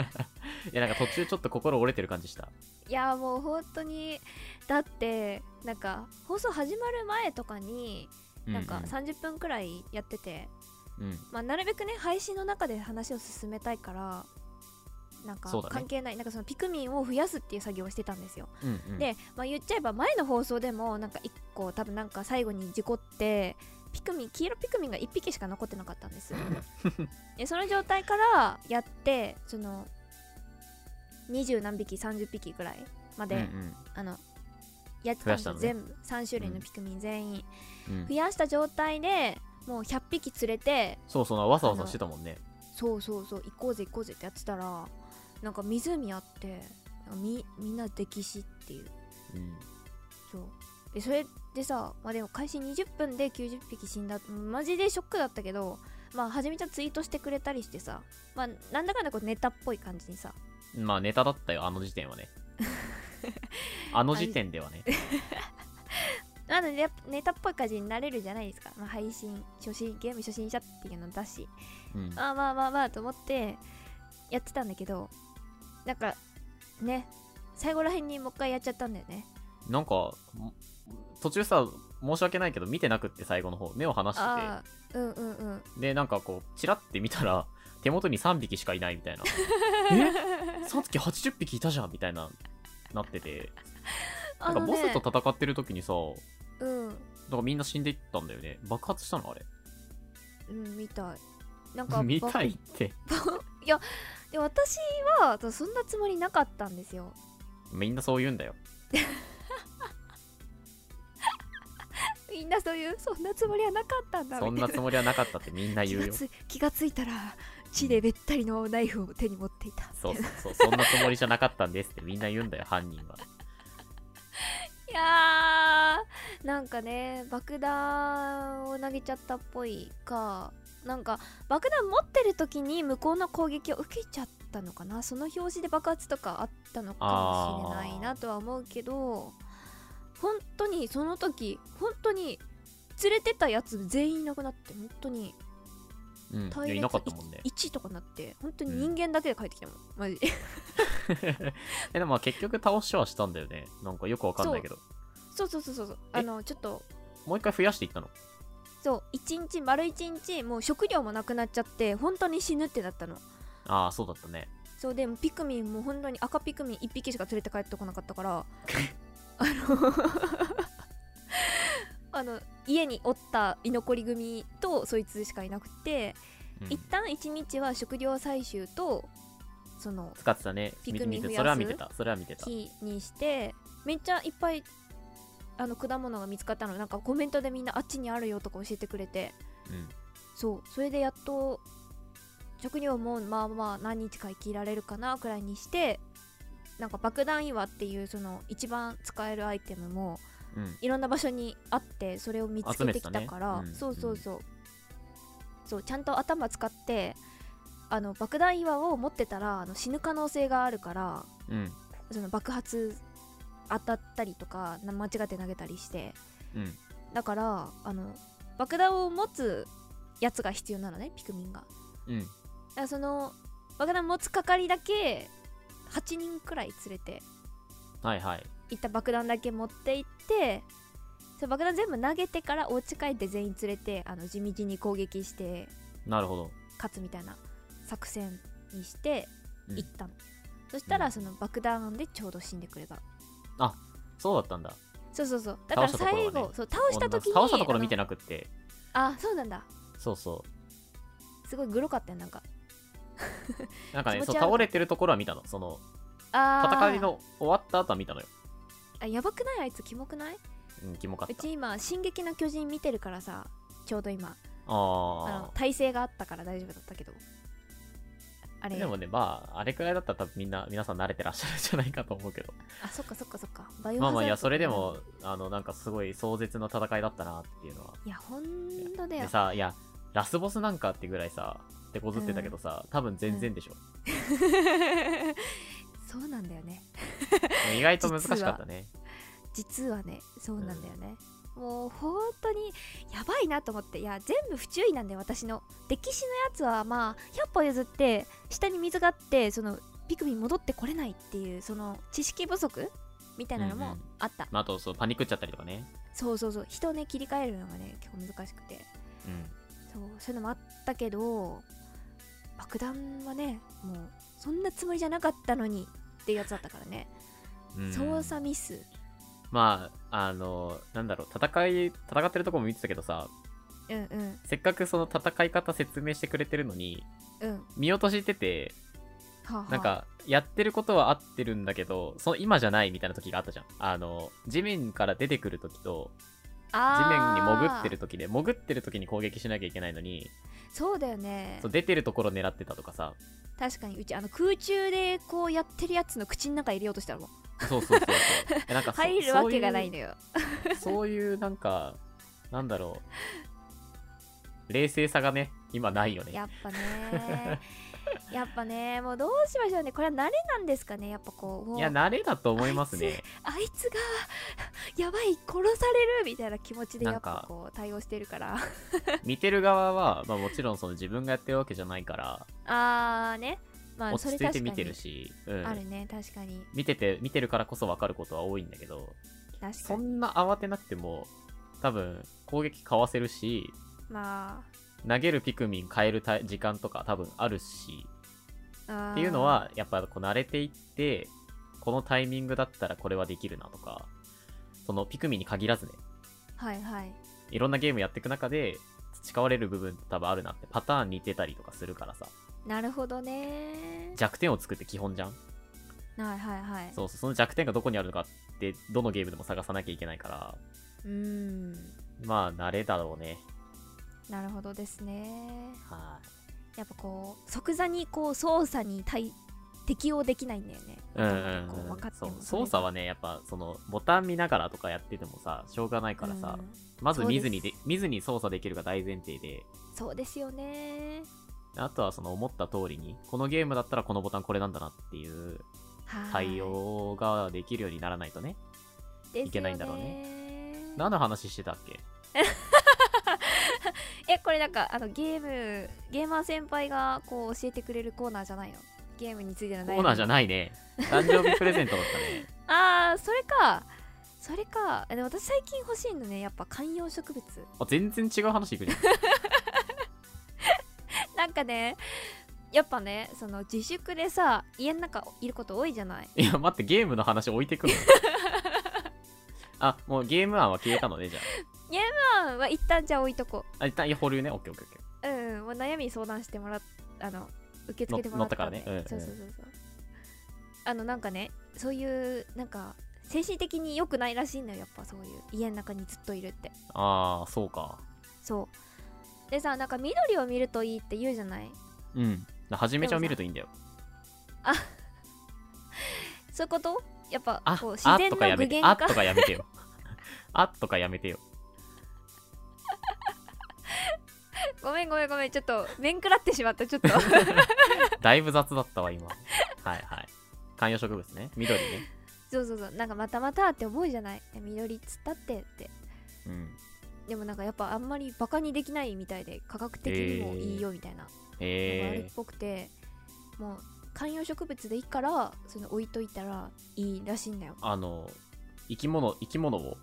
[SPEAKER 1] いやなんか途中ちょっと心折れてる感じした
[SPEAKER 2] いやーもう本当にだってなんか放送始まる前とかになんか30分くらいやってて、
[SPEAKER 1] うん、うん
[SPEAKER 2] まあ、なるべくね配信の中で話を進めたいからなんか
[SPEAKER 1] そうだね
[SPEAKER 2] 関係ない、なんかそのピクミンを増やすっていう作業をしてたんですよ、
[SPEAKER 1] うんうん
[SPEAKER 2] で、まあ、言っちゃえば前の放送でもなんか1個多分なんか最後に事故ってピクミン黄色ピクミンが1匹しか残ってなかったんです でその状態からやってその20何匹30匹ぐらいま
[SPEAKER 1] う
[SPEAKER 2] で、
[SPEAKER 1] んうん
[SPEAKER 2] あのやってたんです
[SPEAKER 1] 増
[SPEAKER 2] よ
[SPEAKER 1] やした
[SPEAKER 2] 全部3種類のピクミン全員、
[SPEAKER 1] うん
[SPEAKER 2] 増やした状態でもう100匹連れて
[SPEAKER 1] そうそうなわさわさしてたもんね
[SPEAKER 2] そうそうそう行こうぜ行こうぜってやってたらなんか湖あってなんかみみんな溺死っていう
[SPEAKER 1] うん
[SPEAKER 2] そうでそれでさ、まあ、でも開始20分で90匹死んだマジでショックだったけどまあはじめちゃんツイートしてくれたりしてさまあなんだかんだこうネタっぽい感じにさ
[SPEAKER 1] まあネタだったよあの時点は ねあの時点ではね
[SPEAKER 2] なのでやっぱネタっぽい感じになれるじゃないですか、まあ、配信初心ゲーム初心者っていうのだし
[SPEAKER 1] うん
[SPEAKER 2] あまあまあまあと思ってやってたんだけどなんかね最後らへんにもう一回やっちゃったんだよね
[SPEAKER 1] なんかも途中さ申し訳ないけど見てなくって最後の方目を離して
[SPEAKER 2] ああうんうんうん
[SPEAKER 1] てでなんかこうチラって見たら手元に3匹しかいないみた いなえさっき80匹いたじゃんみたいななっててな
[SPEAKER 2] あ
[SPEAKER 1] んか
[SPEAKER 2] の
[SPEAKER 1] ボ
[SPEAKER 2] ね
[SPEAKER 1] スと戦ってる時にさ
[SPEAKER 2] うん
[SPEAKER 1] なんかみんな死んでいったんだよね爆発したのあれ
[SPEAKER 2] うん見たいなん か
[SPEAKER 1] 見
[SPEAKER 2] ば
[SPEAKER 1] たいって
[SPEAKER 2] で私はそんなつもりなかったんですよ
[SPEAKER 1] みんなそう言うんだよ
[SPEAKER 2] みんなそういうそんなつもりはなかったんだ
[SPEAKER 1] そんなつもりはなかったってみんな
[SPEAKER 2] 気
[SPEAKER 1] 言う
[SPEAKER 2] が
[SPEAKER 1] よ
[SPEAKER 2] つ 気がついたら血でべったりのナイフを手に持っていた
[SPEAKER 1] そうそうそうそんなつもりじゃなかったんですって みんな言うんだよ犯人は、
[SPEAKER 2] いやーなんかね爆弾を投げちゃったっぽいかなんか爆弾持ってる時に向こうの攻撃を受けちゃったのかなその表示で爆発とかあったのかもしれないなとは思うけど本当にその時本当に連れてたやつ全員いなくなって本当に
[SPEAKER 1] うん、
[SPEAKER 2] 隊
[SPEAKER 1] いや
[SPEAKER 2] 列
[SPEAKER 1] いなかったもんね
[SPEAKER 2] 1とかなって本当に人間だけで帰ってきたもん、マ ジ
[SPEAKER 1] えでもまあ結局倒しはしたんだよねなんかよくわかんないけど
[SPEAKER 2] そうそうそうそうそうあのちょっと
[SPEAKER 1] もう一回増やしていったの
[SPEAKER 2] そう一日丸一日もう食料もなくなっちゃって本当に死ぬってなったの
[SPEAKER 1] ああそうだったね
[SPEAKER 2] そうでもピクミンも本当に赤ピクミン1匹しか連れて帰ってこなかったから あの あの家におった居残り組とそいつしかいなくて、
[SPEAKER 1] うん
[SPEAKER 2] 一旦一日は食料採集とその
[SPEAKER 1] 使ってたね
[SPEAKER 2] ピ
[SPEAKER 1] み
[SPEAKER 2] クミン
[SPEAKER 1] 見て
[SPEAKER 2] 増やす
[SPEAKER 1] それは見てたそれは見てた
[SPEAKER 2] 日にしてめっちゃいっぱいあの果物が見つかったのなんかコメントでみんなあっちにあるよとか教えてくれて
[SPEAKER 1] うん
[SPEAKER 2] そうそれでやっと食料もまあまあ何日か生きられるかなくらいにしてなんか爆弾岩っていうその一番使えるアイテムも
[SPEAKER 1] うん
[SPEAKER 2] いろんな場所にあってそれを見つけてきたから
[SPEAKER 1] 集めてたねうん
[SPEAKER 2] そうそうそう、そうちゃんと頭使ってあの爆弾岩を持ってたらあの死ぬ可能性があるから
[SPEAKER 1] うん
[SPEAKER 2] その爆発当たったりとかな間違って投げたりして
[SPEAKER 1] うん
[SPEAKER 2] だからあの爆弾を持つやつが必要なのねピクミンがだか
[SPEAKER 1] うん
[SPEAKER 2] らその爆弾持つ係だけ8人くらい連れて
[SPEAKER 1] はいはい
[SPEAKER 2] 行った爆弾だけ持って行ってその爆弾全部投げてからお家帰って全員連れてあの地道に攻撃して
[SPEAKER 1] なるほど
[SPEAKER 2] 勝つみたいな作戦にして
[SPEAKER 1] うん
[SPEAKER 2] 行ったの、そした
[SPEAKER 1] う
[SPEAKER 2] ら
[SPEAKER 1] ん
[SPEAKER 2] その爆弾でちょうど死んでくれた
[SPEAKER 1] あそうだったんだ
[SPEAKER 2] そうそうそうだから
[SPEAKER 1] 倒したところ
[SPEAKER 2] 最
[SPEAKER 1] はね
[SPEAKER 2] 後そう倒した時に
[SPEAKER 1] 倒したところ見てなくって
[SPEAKER 2] あのあそうなんだ
[SPEAKER 1] そうそ
[SPEAKER 2] すごいグロかったよなんか
[SPEAKER 1] うなんか
[SPEAKER 2] 気
[SPEAKER 1] ねそ
[SPEAKER 2] 持ち
[SPEAKER 1] う
[SPEAKER 2] 悪い
[SPEAKER 1] 倒れてるところは見たのその
[SPEAKER 2] あー
[SPEAKER 1] 戦いの終わった後は見たのよ
[SPEAKER 2] あやばくないあいつキモくない
[SPEAKER 1] うんキモかっ
[SPEAKER 2] う
[SPEAKER 1] た
[SPEAKER 2] ち今「進撃の巨人」見てるからさちょうど今あ
[SPEAKER 1] あ
[SPEAKER 2] の体勢があったから大丈夫だったけどあ
[SPEAKER 1] あ
[SPEAKER 2] れ
[SPEAKER 1] でもねまああれくらいだったら多分みんな皆さん慣れてらっしゃるんじゃないかと思う けど
[SPEAKER 2] あそっかそっかそっかバイオ
[SPEAKER 1] まあ
[SPEAKER 2] ハザード
[SPEAKER 1] まあいやそれでもあのなんかすごい壮絶な戦いだったなっていうのはい
[SPEAKER 2] やほんとだ
[SPEAKER 1] で
[SPEAKER 2] よ
[SPEAKER 1] さいやラスボスなんかってぐらいさってこずってたけどさ、多分全然でしょ、
[SPEAKER 2] そうなんだよね
[SPEAKER 1] 意外と難しかったね
[SPEAKER 2] 実はねそうなんだよね、もう本当にやばいなと思っていや全部不注意なんだよ私の歴史のやつはまあ100歩譲って下に水があってそのピクミン戻ってこれないっていうその知識不足みたいな
[SPEAKER 1] う
[SPEAKER 2] の
[SPEAKER 1] んう
[SPEAKER 2] も
[SPEAKER 1] ん
[SPEAKER 2] あった、
[SPEAKER 1] まあ、あとそうパニックっちゃったりとかね
[SPEAKER 2] そうそうそう人をね切り替えるのがね結構難しくて
[SPEAKER 1] うん
[SPEAKER 2] そうそういうのもあったけど爆弾はねもうそんなつもりじゃなかったのにっていうやつだったからね、
[SPEAKER 1] うん
[SPEAKER 2] 操作ミス
[SPEAKER 1] まああのなんだろう戦い戦ってるとこも見てたけどさ
[SPEAKER 2] うんうん
[SPEAKER 1] せっかくその戦い方説明してくれてるのに
[SPEAKER 2] うん
[SPEAKER 1] 見落としてて
[SPEAKER 2] はあはあ
[SPEAKER 1] なんかやってることは合ってるんだけどその今じゃないみたいな時があったじゃんあの地面から出てくる時と地面に潜ってる
[SPEAKER 2] あ
[SPEAKER 1] 時で潜ってる時に攻撃しなきゃいけないのに
[SPEAKER 2] ーそうだよね
[SPEAKER 1] そう出てるところ狙ってたとかさ
[SPEAKER 2] 確かにうちあの空中でこうやってるやつの口の中入れようとしたらもう
[SPEAKER 1] そうそうそう そうえなんかそ
[SPEAKER 2] 入るわけがないの
[SPEAKER 1] ね
[SPEAKER 2] よ
[SPEAKER 1] そういうなんかなんだろう冷静さがね今ないよね
[SPEAKER 2] やっぱね やっぱねもうどうしましょうねこれは慣れなんですかねやっぱこうもう
[SPEAKER 1] いや慣れだと思いますね
[SPEAKER 2] あいつがやばい殺されるみたいな気持ちでやっぱこう対応してるから
[SPEAKER 1] 見てる側は、まあ、もちろんその自分がやってるわけじゃないから
[SPEAKER 2] あーねまあ
[SPEAKER 1] 落
[SPEAKER 2] そ
[SPEAKER 1] ち
[SPEAKER 2] れ
[SPEAKER 1] 着い
[SPEAKER 2] 確
[SPEAKER 1] て
[SPEAKER 2] かに
[SPEAKER 1] 見てるし、うん
[SPEAKER 2] あるね確かに
[SPEAKER 1] 見てて見てるからこそ分かることは多いんだけど
[SPEAKER 2] 確か
[SPEAKER 1] そ
[SPEAKER 2] に
[SPEAKER 1] んな慌てなくても多分攻撃かわせるし
[SPEAKER 2] ま
[SPEAKER 1] 投げるピクミン変えるタイ時間とか多分あるし
[SPEAKER 2] ああー
[SPEAKER 1] っていうのはやっぱこう慣れていってこのタイミングだったらこれはできるなとかそのピクミンに限らずね
[SPEAKER 2] はいはい
[SPEAKER 1] いろんなゲームやっていく中で培われる部分って多分あるなってパターン似てたりとかするからさ
[SPEAKER 2] なるほどね
[SPEAKER 1] 弱点を作って基本じゃん
[SPEAKER 2] はいはいはい
[SPEAKER 1] そうそうその弱点がどこにあるのかってどのゲームでも探さなきゃいけないから
[SPEAKER 2] うーん
[SPEAKER 1] まあ慣れだろうね
[SPEAKER 2] なるほどですね
[SPEAKER 1] は
[SPEAKER 2] やっぱこう即座にこう操作に対適応できないんだよね
[SPEAKER 1] いうんうん
[SPEAKER 2] こう
[SPEAKER 1] う
[SPEAKER 2] 分
[SPEAKER 1] ん
[SPEAKER 2] かって
[SPEAKER 1] そ
[SPEAKER 2] も
[SPEAKER 1] う
[SPEAKER 2] それ
[SPEAKER 1] 操作はねやっぱそのボタン見ながらとかやっててもさしょうがないからさ、
[SPEAKER 2] うん
[SPEAKER 1] まず見ずに
[SPEAKER 2] そ
[SPEAKER 1] で
[SPEAKER 2] うで
[SPEAKER 1] 見ずに操作できるが大前提で
[SPEAKER 2] そうですよね
[SPEAKER 1] あとはその思った通りにこのゲームだったらこのボタンこれなんだなっていう
[SPEAKER 2] はい
[SPEAKER 1] 対応ができるようにならないとねいけないんだろうね
[SPEAKER 2] ね
[SPEAKER 1] 何の話してたっけ
[SPEAKER 2] えこれなんかあのゲームゲーマー先輩がこう教えてくれるコーナーじゃないのゲームについての
[SPEAKER 1] コーナーじゃ
[SPEAKER 2] ない
[SPEAKER 1] ないね誕生日プレゼントだったね
[SPEAKER 2] あーそれかそれかえでも私最近欲しいのねやっぱ観葉植物
[SPEAKER 1] あ全然違う話いくじゃん
[SPEAKER 2] なんかねやっぱねその自粛でさ家の中いること多いじゃない
[SPEAKER 1] いや、待って、ゲームの話置いてくの あ、もうゲーム案は消えたのね、じゃ
[SPEAKER 2] まあは一旦じゃあ置いとこ
[SPEAKER 1] あ。あ、一旦、いや保留ね。オッケーオッケーオッケ
[SPEAKER 2] ううんもう悩み相談してもらっあの受け付けてもらったんで
[SPEAKER 1] 乗乗ったからねうん
[SPEAKER 2] そうそうそうそうあのなんかねそういうなんか精神的に良くないらしいのよやっぱそういう家の中にずっといるって
[SPEAKER 1] ー。あー、そうか。
[SPEAKER 2] そうでさなんか緑を見るといいって言うじゃない
[SPEAKER 1] うん。はじめちゃんを見るといいんだよ。
[SPEAKER 2] そういうことやっぱ
[SPEAKER 1] あ
[SPEAKER 2] こう、自
[SPEAKER 1] あ
[SPEAKER 2] 然
[SPEAKER 1] とか
[SPEAKER 2] の
[SPEAKER 1] や
[SPEAKER 2] 具
[SPEAKER 1] めて
[SPEAKER 2] 現、
[SPEAKER 1] あ
[SPEAKER 2] 化
[SPEAKER 1] とかやめてよ。 あとかやめてよ。
[SPEAKER 2] ごめんごめんごめんちょっと面食らってしまったちょ っと
[SPEAKER 1] だいぶ雑だったわ、今。はいはい。観葉植物ね。緑ね。
[SPEAKER 2] そうそうそうなんかまたまたって思うじゃないえ緑っつったってって
[SPEAKER 1] うん。
[SPEAKER 2] でもなんかやっぱあんまりバカにできないみたいで科学的にもいいよみたいな、のがある
[SPEAKER 1] え
[SPEAKER 2] っぽくてもう観葉植物でいいからその置いといたらいいらしいんだよ
[SPEAKER 1] ー、あの、生き物、生き物を。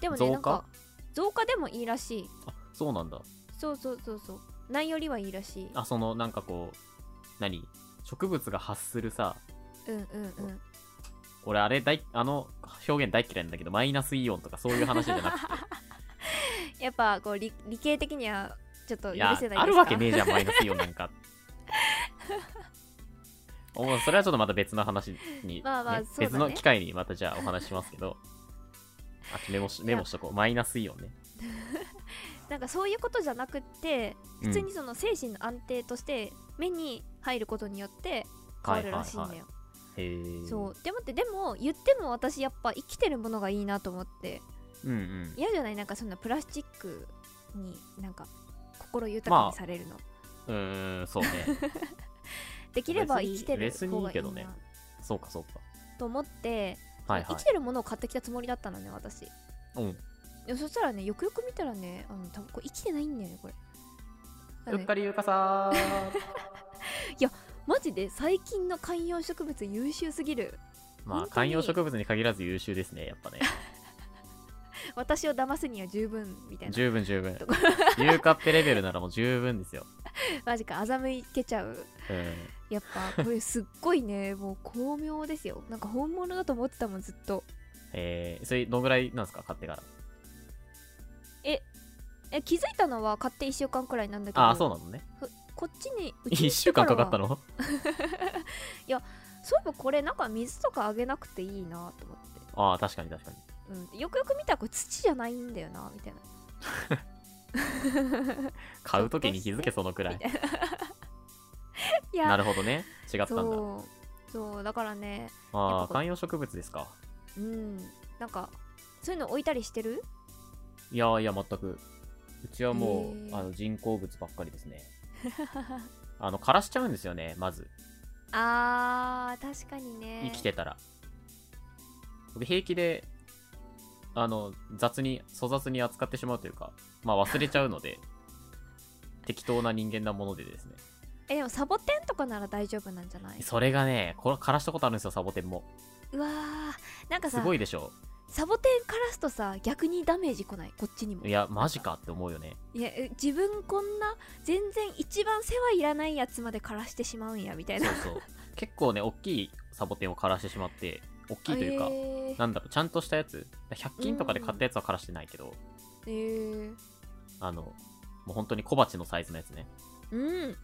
[SPEAKER 2] でもね
[SPEAKER 1] 増加
[SPEAKER 2] なんか増加でもいいらしい
[SPEAKER 1] あ、そうなんだ。
[SPEAKER 2] そうそうそうそうないよりはいいらしい
[SPEAKER 1] あ、その、なんかこう、何植物が発するさ、
[SPEAKER 2] うんうんうん
[SPEAKER 1] 俺あれ大あの表現大嫌いなんだけどマイナスイオンとかそういう話じゃなく
[SPEAKER 2] やっぱこう理理系的にはちょっと
[SPEAKER 1] てい
[SPEAKER 2] 許
[SPEAKER 1] や
[SPEAKER 2] せないですか
[SPEAKER 1] あるわけねえじゃんマイナスイオンなん かおそれはちょっとまた別の話に、ね
[SPEAKER 2] まあまあそうだね
[SPEAKER 1] 別の機会にまたじゃあお話ししますけどあメモしメモしとこうマイナスイオンね
[SPEAKER 2] なんかそういうことじゃなくって
[SPEAKER 1] うん
[SPEAKER 2] 普通にその精神の安定として目に入ることによって変わるらしいんだよ、
[SPEAKER 1] はははいへえ
[SPEAKER 2] そうでもってでも言っても私やっぱ生きてるものがいいなと思って
[SPEAKER 1] うんうん
[SPEAKER 2] 嫌じゃないなんかそんなプラスチックになんか心豊かにされるの、
[SPEAKER 1] うーんそうね
[SPEAKER 2] できれば生きてる
[SPEAKER 1] 別に
[SPEAKER 2] 方がいい
[SPEAKER 1] 別にいいけどね
[SPEAKER 2] な
[SPEAKER 1] そうかそうか
[SPEAKER 2] と思って、
[SPEAKER 1] はいは
[SPEAKER 2] 生
[SPEAKER 1] い
[SPEAKER 2] きてるものを買ってきたつもりだったのね私
[SPEAKER 1] うん
[SPEAKER 2] でもそしたらねよくよく見たらねあの多分これ生きてないんだよねこれだから
[SPEAKER 1] う
[SPEAKER 2] ね
[SPEAKER 1] っかりゆかさー
[SPEAKER 2] マジで最近の観葉植物優秀すぎる
[SPEAKER 1] ま
[SPEAKER 2] 本当
[SPEAKER 1] あ観
[SPEAKER 2] に
[SPEAKER 1] 葉植物に限らず優秀ですねやっぱね
[SPEAKER 2] 私を騙すには十分みたいな
[SPEAKER 1] 十分 十分
[SPEAKER 2] とこ
[SPEAKER 1] ユーカってレベルならもう十分ですよ、
[SPEAKER 2] マジか欺けちゃう
[SPEAKER 1] うん、
[SPEAKER 2] やっ ぱこれすっごいねもう巧妙ですよなんか本物だと思ってたもんずっと
[SPEAKER 1] えー、それどのぐらいなんですか買ってから
[SPEAKER 2] え気づいたのは買って1週間くらいなんだけど
[SPEAKER 1] ああそうなのね
[SPEAKER 2] こっちに
[SPEAKER 1] 1
[SPEAKER 2] うちに来て
[SPEAKER 1] 週間か
[SPEAKER 2] ら
[SPEAKER 1] かったの
[SPEAKER 2] はそういえばこれなんか水とかあげなくていいなと思って
[SPEAKER 1] ああ、確かに確かに。
[SPEAKER 2] うん、よくよく見たらこれ土じゃないんだよな みたいな
[SPEAKER 1] 買う時に気づけ、そのくらい。
[SPEAKER 2] いや
[SPEAKER 1] なるほどね。違ったんだ。
[SPEAKER 2] そうそうだからね
[SPEAKER 1] あ
[SPEAKER 2] や
[SPEAKER 1] あ、
[SPEAKER 2] っぱ
[SPEAKER 1] 観葉植物ですか。
[SPEAKER 2] うんなんかそういうの置いたりしてる
[SPEAKER 1] いやーいや、全く。うちはも
[SPEAKER 2] へ
[SPEAKER 1] う、
[SPEAKER 2] ー
[SPEAKER 1] あの人工物ばっかりですね。 あの、枯らしちゃうんですよね、まず。
[SPEAKER 2] あー確かにね
[SPEAKER 1] 生きてたら。僕、平気で、あの、雑に、粗雑に扱ってしまうというか、まあ忘れちゃう ので、適当な人間なものでですね。
[SPEAKER 2] えでもサボテンとかなら大丈夫なんじゃない
[SPEAKER 1] それがね、これ枯らしたことあるんですよ、サボテンも。
[SPEAKER 2] うわーなんか
[SPEAKER 1] す
[SPEAKER 2] さ
[SPEAKER 1] ごいでしょ。
[SPEAKER 2] サボテン枯らすとさ逆にダメージ来ないこっちにも
[SPEAKER 1] いや、マジかって思うよね。
[SPEAKER 2] いやえ自分こんな全然一番世話いらないやつまで枯らしてしまうんやみたい
[SPEAKER 1] そ
[SPEAKER 2] な
[SPEAKER 1] うそう。結構ね、大きいサボテンを枯らしてしまって、大きいというか、
[SPEAKER 2] えー
[SPEAKER 1] なんだろう、ちゃんとしたやつ、100均とかで買ったやつは枯らしてないけど、
[SPEAKER 2] えー
[SPEAKER 1] あの、もう本当に小鉢のサイズのやつね。
[SPEAKER 2] うん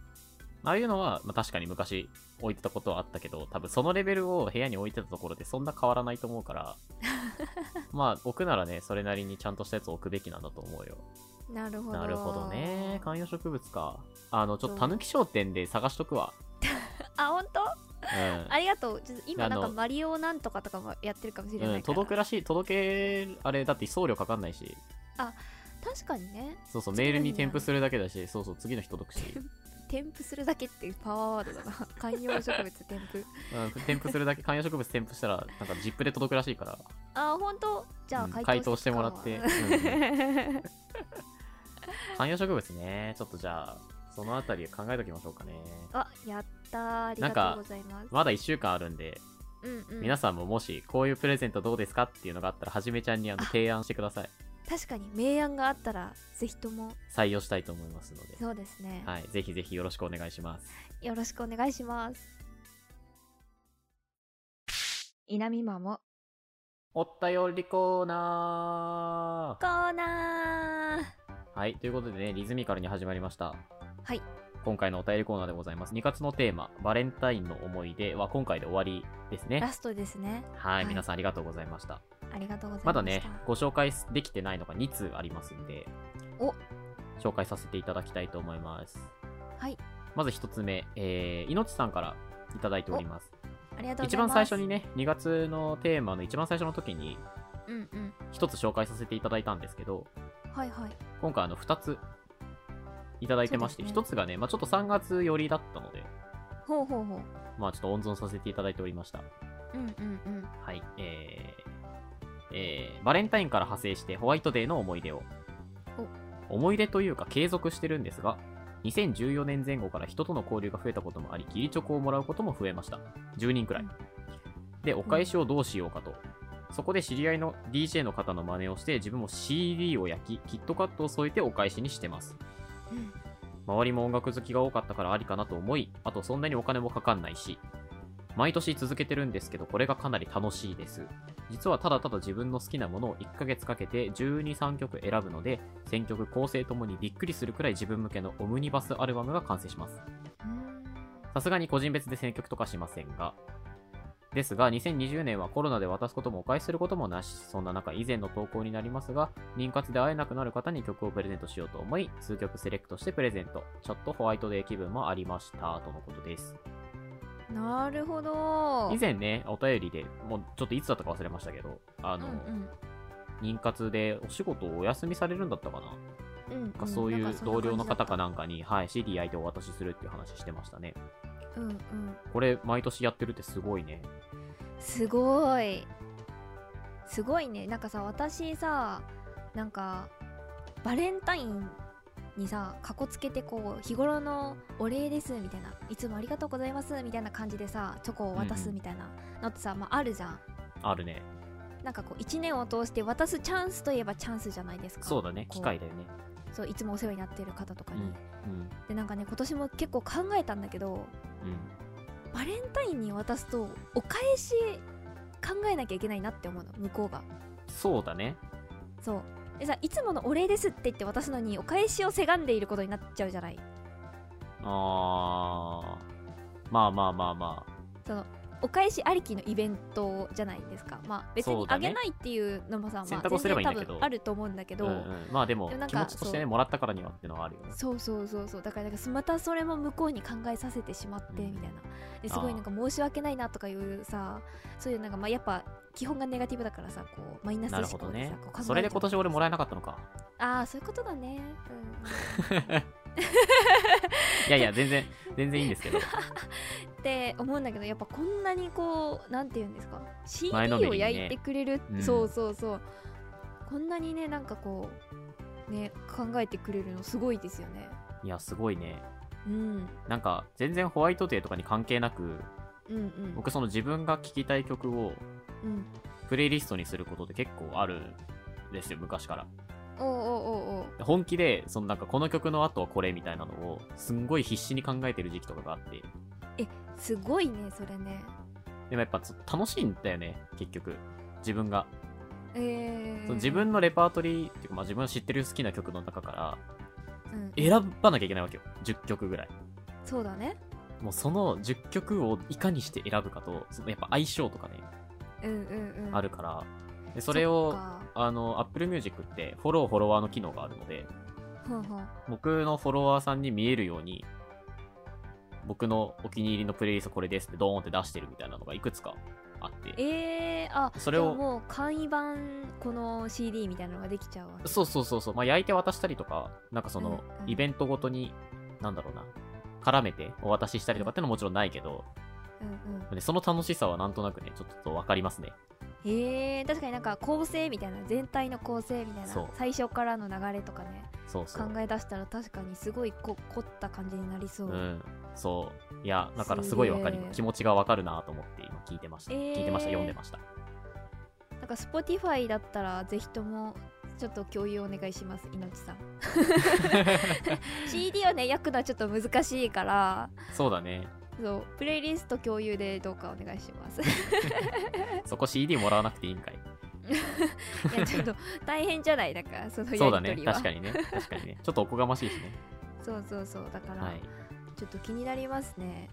[SPEAKER 1] ああいうのは、まあ、確かに昔置いてたことはあったけど、多分そのレベルを部屋に置いてたところでそんな変わらないと思うから、 まあ置くならね、それなりにちゃんとしたやつを置くべきなんだと思うよ。
[SPEAKER 2] なるほど
[SPEAKER 1] なるほどね。観葉植物か。あの、ちょっとたぬき商店で探しとくわ。
[SPEAKER 2] あ本当
[SPEAKER 1] うん。
[SPEAKER 2] ありがとう。ちょっと今なん
[SPEAKER 1] あ
[SPEAKER 2] か
[SPEAKER 1] の
[SPEAKER 2] マリオなんとかとかもやってるかもしれ
[SPEAKER 1] う、
[SPEAKER 2] なんいから、
[SPEAKER 1] 届くらしい、届け、あれ、だって送料かかんないし、
[SPEAKER 2] 確かにね、
[SPEAKER 1] そうそう、
[SPEAKER 2] すごい
[SPEAKER 1] メ
[SPEAKER 2] ね
[SPEAKER 1] ールに添付するだけだし、そうそう、次の日 届くし、
[SPEAKER 2] 添付するだけっていうパワーワードだな。 観葉植物添付。
[SPEAKER 1] うん、添付するだけ、観葉植物添付したら、なんかジップで届くらしいから、
[SPEAKER 2] あー、本当じゃあ
[SPEAKER 1] うん
[SPEAKER 2] 回答,、
[SPEAKER 1] 回答してもらって、うん観葉植物ね、ちょっとじゃあ、そのあたり考えときましょうかね。
[SPEAKER 2] あ、やったー。ありがとうございます。
[SPEAKER 1] まだ1週間あるんで、
[SPEAKER 2] うんうん。
[SPEAKER 1] 皆さんももし、こういうプレゼントどうですかっていうのがあったら、はじめちゃんにあの
[SPEAKER 2] あ
[SPEAKER 1] 提案してください。
[SPEAKER 2] 確かに明暗があったら、ぜひとも、
[SPEAKER 1] 採用したいと思いますので、
[SPEAKER 2] そうですね、
[SPEAKER 1] はい、ぜひぜひよろしくお願いします。
[SPEAKER 2] よろしくお願いします。稲見まも
[SPEAKER 1] お便りコーナ
[SPEAKER 2] コーナー
[SPEAKER 1] ーはい、ということでね、リズミカルに始まりました。
[SPEAKER 2] はい。
[SPEAKER 1] 今回のお便りコーナーでございます。2月のテーマ、バレンタインの思い出は今回で終わりですね。
[SPEAKER 2] ラストですね。
[SPEAKER 1] は、
[SPEAKER 2] はいい
[SPEAKER 1] 皆さんありがとうございました。
[SPEAKER 2] ありがとうございました。
[SPEAKER 1] まだね、ご紹介できてないのが2通ありますんで、
[SPEAKER 2] お
[SPEAKER 1] 紹介させていただきたいと思います。
[SPEAKER 2] はい。
[SPEAKER 1] まず1つ目、えー、いのちさんからいただいております。
[SPEAKER 2] ありがとうご
[SPEAKER 1] 一
[SPEAKER 2] ざいま
[SPEAKER 1] 番
[SPEAKER 2] す。
[SPEAKER 1] 最初にね、2月のテーマの一番最初の時に、
[SPEAKER 2] うんうん。
[SPEAKER 1] 1つ紹介させていただいたんですけど、
[SPEAKER 2] はいはい。
[SPEAKER 1] 今回あの2ついただいてまして、
[SPEAKER 2] そうですね
[SPEAKER 1] 1つがね、まあ、ちょっと3月寄りだったので、
[SPEAKER 2] ほうほうほう。
[SPEAKER 1] まあ、ちょっと温存させていただいておりました。
[SPEAKER 2] うんうんうん。
[SPEAKER 1] はい、えーえーバレンタインから派生してホワイトデーの思い出を。思い出というか継続してるんですが、2014年前後から人との交流が増えたこともあり、義理チョコをもらうことも増えました。10人くらい。で、お返しをどうしようかと。そこで知り合いの DJ の方の真似をして、自分も CD を焼き、キットカットを添えてお返しにしてます。
[SPEAKER 2] うん
[SPEAKER 1] 周りも音楽好きが多かったからありかなと思い、あとそんなにお金もかかんないし、毎年続けてるんですけど、これがかなり楽しいです。実はただただ自分の好きなものを1ヶ月かけて12、3曲選ぶので、選曲構成ともにびっくりするくらい自分向けのオムニバスアルバムが完成します。さすがに個人別で選曲とかしませんが。ですが、2020年はコロナで渡すこともお返しすることもなし、そんな中以前の投稿になりますが、妊活で会えなくなる方に曲をプレゼントしようと思い、数曲セレクトしてプレゼント。ちょっとホワイトデー気分もありました、とのことです。
[SPEAKER 2] なるほど。
[SPEAKER 1] 以前ね、お便りで、もうちょっといつだったか忘れましたけど、あ
[SPEAKER 2] うん
[SPEAKER 1] の、
[SPEAKER 2] うん
[SPEAKER 1] 妊活でお仕事をお休みされるんだったかな、
[SPEAKER 2] うんうん
[SPEAKER 1] なんかそうい
[SPEAKER 2] な
[SPEAKER 1] うん
[SPEAKER 2] かそんな
[SPEAKER 1] 同僚の方か
[SPEAKER 2] 感
[SPEAKER 1] なんかに、はい、CD 焼いてお渡しするっていう話してましたね。
[SPEAKER 2] じだった。うんうん。
[SPEAKER 1] これ、毎年やってるってすごいね。
[SPEAKER 2] すごい。すごいね。なんかさ、私さ、なんか、バレンタインにさ、かこつけてこう、日頃のお礼ですみたいな、いつもありがとうございますみたいな感じでさ、チョコを渡
[SPEAKER 1] うんう
[SPEAKER 2] す
[SPEAKER 1] ん
[SPEAKER 2] みたいなのってさ、まあ、あるじゃん。
[SPEAKER 1] あるね。
[SPEAKER 2] なんかこう、1年を通して渡すチャンスといえばチャンスじゃないですか。
[SPEAKER 1] そうだね、
[SPEAKER 2] こ
[SPEAKER 1] 機械だよね。
[SPEAKER 2] そう、いつもお世話になってる方とかに。
[SPEAKER 1] うん。
[SPEAKER 2] でなんかね今年も結構考えたんだけど
[SPEAKER 1] うん。
[SPEAKER 2] バレンタインに渡すとお返し考えなきゃいけないなって思うの向こうが
[SPEAKER 1] そうだね。
[SPEAKER 2] そうでさいつものお礼ですって言って渡すのにお返しをせがんでいることになっちゃうじゃない
[SPEAKER 1] うん。あーまあまあまあまあ
[SPEAKER 2] そのお返しありきのイベントじゃないですかまあ別
[SPEAKER 1] そ
[SPEAKER 2] に
[SPEAKER 1] うだ
[SPEAKER 2] あ
[SPEAKER 1] ね
[SPEAKER 2] げないっていうのもさ、ま
[SPEAKER 1] 選
[SPEAKER 2] あ、
[SPEAKER 1] 択を
[SPEAKER 2] 全
[SPEAKER 1] すればい
[SPEAKER 2] 然
[SPEAKER 1] いん
[SPEAKER 2] 多
[SPEAKER 1] だけど
[SPEAKER 2] 分あると思うんだけど、
[SPEAKER 1] うんうんまあでも
[SPEAKER 2] でもなん
[SPEAKER 1] 気
[SPEAKER 2] か
[SPEAKER 1] 持ちとして
[SPEAKER 2] そ
[SPEAKER 1] ねもらったからにはっていうのはあるよね
[SPEAKER 2] そうそうそうそうだからなんかまたそれも向こうに考えさせてしまって
[SPEAKER 1] うん
[SPEAKER 2] みたいなですごいなんか申し訳ないなとかいうさそういうなんかまあやっぱ基本がネガティブだからさこうマイナス
[SPEAKER 1] な
[SPEAKER 2] 思
[SPEAKER 1] るほど
[SPEAKER 2] 考で
[SPEAKER 1] ね
[SPEAKER 2] さこう考えちゃう
[SPEAKER 1] それで今年俺もらえなかったのか
[SPEAKER 2] ああそういうことだねう
[SPEAKER 1] いやいや全然全然いいんですけど
[SPEAKER 2] んって思うんだけどやっぱこんなにこうなんて言うんですか CD
[SPEAKER 1] 前のめり
[SPEAKER 2] を
[SPEAKER 1] にね
[SPEAKER 2] 焼いてくれる、
[SPEAKER 1] うん
[SPEAKER 2] そうそうそうこんなにねなんかこうね考えてくれるのすごいですよね
[SPEAKER 1] いやすごいね
[SPEAKER 2] うん
[SPEAKER 1] なんか全然ホワイトデーとかに関係なく
[SPEAKER 2] うんうん
[SPEAKER 1] 僕その自分が聴きたい曲を
[SPEAKER 2] うん
[SPEAKER 1] プレイリストにすることって結構あるんですよ昔から
[SPEAKER 2] おうおうおうおう
[SPEAKER 1] 本気でそのなんかこの曲の後はこれみたいなのをすんごい必死に考えてる時期とかがあって
[SPEAKER 2] すごいねそれね
[SPEAKER 1] でもやっぱつ楽しいんだよね結局自分が
[SPEAKER 2] え
[SPEAKER 1] そ
[SPEAKER 2] ー、
[SPEAKER 1] の自分のレパートリーっていうか、まあ、自分の知ってる好きな曲の中から
[SPEAKER 2] うん、
[SPEAKER 1] 選ばなきゃいけないわけよ10曲ぐらい
[SPEAKER 2] そうだね
[SPEAKER 1] もうその10曲をいかにして選ぶかとそのやっぱ相性とかね
[SPEAKER 2] うんうんうん
[SPEAKER 1] あるからでそれを
[SPEAKER 2] そっか
[SPEAKER 1] あの Apple Music ってフォローフォロワーの機能があるので
[SPEAKER 2] ほんほん
[SPEAKER 1] 僕のフォロワーさんに見えるように僕のお気に入りのプレイリストこれですってドーンって出してるみたいなのがいくつかあって
[SPEAKER 2] えー、あ
[SPEAKER 1] それを
[SPEAKER 2] でももう簡易版この CD みたいなのができちゃうわけ
[SPEAKER 1] そうそうそうそう、まあ、焼いて渡したりとかなんかその
[SPEAKER 2] うんうん
[SPEAKER 1] イベントごとになんだろうな絡めてお渡ししたりとかってのはもちろんないけど
[SPEAKER 2] うんうん
[SPEAKER 1] でその楽しさはなんとなくねちょっと分かりますね
[SPEAKER 2] えー、確かになんか構成みたいな全体の構成みたい
[SPEAKER 1] そう
[SPEAKER 2] な最初からの流れとかね
[SPEAKER 1] そうそ
[SPEAKER 2] 考
[SPEAKER 1] う
[SPEAKER 2] え出したら確かにすごいこ凝った感じになりそう、
[SPEAKER 1] うんそういやだからすごい分かり
[SPEAKER 2] すげえ
[SPEAKER 1] 気持ちが分かるなと思って今聞いてました、
[SPEAKER 2] えー
[SPEAKER 1] 聞いてました読んでました
[SPEAKER 2] なんか Spotify だったらぜひともちょっと共有お願いしますいの ちさん CD をね焼くのはちょっと難しいから
[SPEAKER 1] そうだ ね
[SPEAKER 2] そうプレイリスト共有でどうかお願いし ます
[SPEAKER 1] そこ CD もらわなくていいん かい
[SPEAKER 2] いやちょっと大変じゃないだからその
[SPEAKER 1] そう
[SPEAKER 2] や
[SPEAKER 1] だ
[SPEAKER 2] りと
[SPEAKER 1] ね
[SPEAKER 2] りは
[SPEAKER 1] 確かにね確かにねちょっとおこがましいしね
[SPEAKER 2] そうそうそうだから、
[SPEAKER 1] はい
[SPEAKER 2] ちょっと気になりますね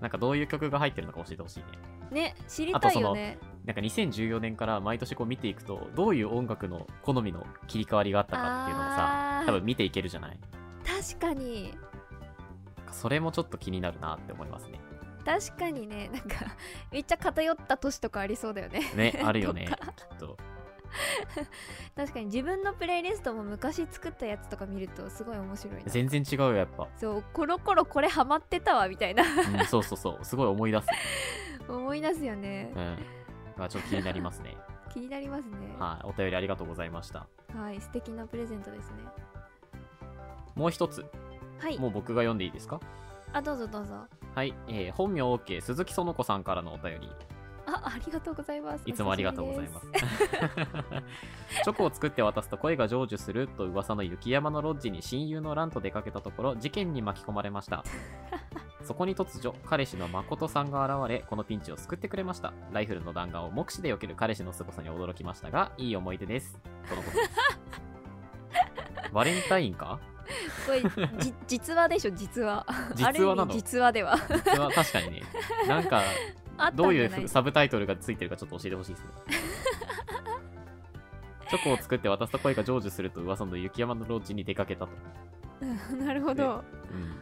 [SPEAKER 1] なんかどういう曲が入ってるのか教えてほしいね
[SPEAKER 2] ね知りたいよね
[SPEAKER 1] なんか2014年から毎年こう見ていくとどういう音楽の好みの切り替わりがあったかっていうのをさ
[SPEAKER 2] あ
[SPEAKER 1] 多分見ていけるじゃない
[SPEAKER 2] ー確かに
[SPEAKER 1] それもちょっと気になるなって思いますね
[SPEAKER 2] 確かにねなんか めっちゃ偏った年とかありそうだよね
[SPEAKER 1] ねあるよね
[SPEAKER 2] と
[SPEAKER 1] きっと
[SPEAKER 2] 確かに自分のプレイリストも昔作ったやつとか見るとすごい面白いな
[SPEAKER 1] 全然違うよやっぱ、
[SPEAKER 2] そうコロコロこれハマってたわみたいな
[SPEAKER 1] うん、そうそうそうすごい思い出す
[SPEAKER 2] 思い出すよね
[SPEAKER 1] うんまあちょっと気になります ね
[SPEAKER 2] 気になりますね
[SPEAKER 1] はいお便りありがとうございました
[SPEAKER 2] はい素敵なプレゼントですね
[SPEAKER 1] もう一つ
[SPEAKER 2] はい
[SPEAKER 1] もう僕が読んでいいですか
[SPEAKER 2] あどうぞどうぞ
[SPEAKER 1] はい、えー本名 OK 鈴木園子さんからのお便り
[SPEAKER 2] あありがとうございます
[SPEAKER 1] いつもありがとうございます。 チョコを作って渡すと声が成就すると噂の雪山のロッジに親友のランと出かけたところ事件に巻き込まれま した。そこに突如、彼氏の誠さんが現れ、このピンチを救ってくれました。ライフルの弾丸を目視で避ける彼氏の凄さに驚きましたが、いい思い出です。とのこと です。バレンタインか
[SPEAKER 2] これじ 実話でしょ実話ある
[SPEAKER 1] 実
[SPEAKER 2] 意
[SPEAKER 1] 話なの
[SPEAKER 2] 味実話では
[SPEAKER 1] 実は確かにね。なんか、
[SPEAKER 2] あったんじゃない
[SPEAKER 1] どういうサブタイトルがついてるかちょっと教えてほし いですね。チョコを作って渡すと声が成就すると噂の雪山のローチに出かけたと。
[SPEAKER 2] なるほど
[SPEAKER 1] うん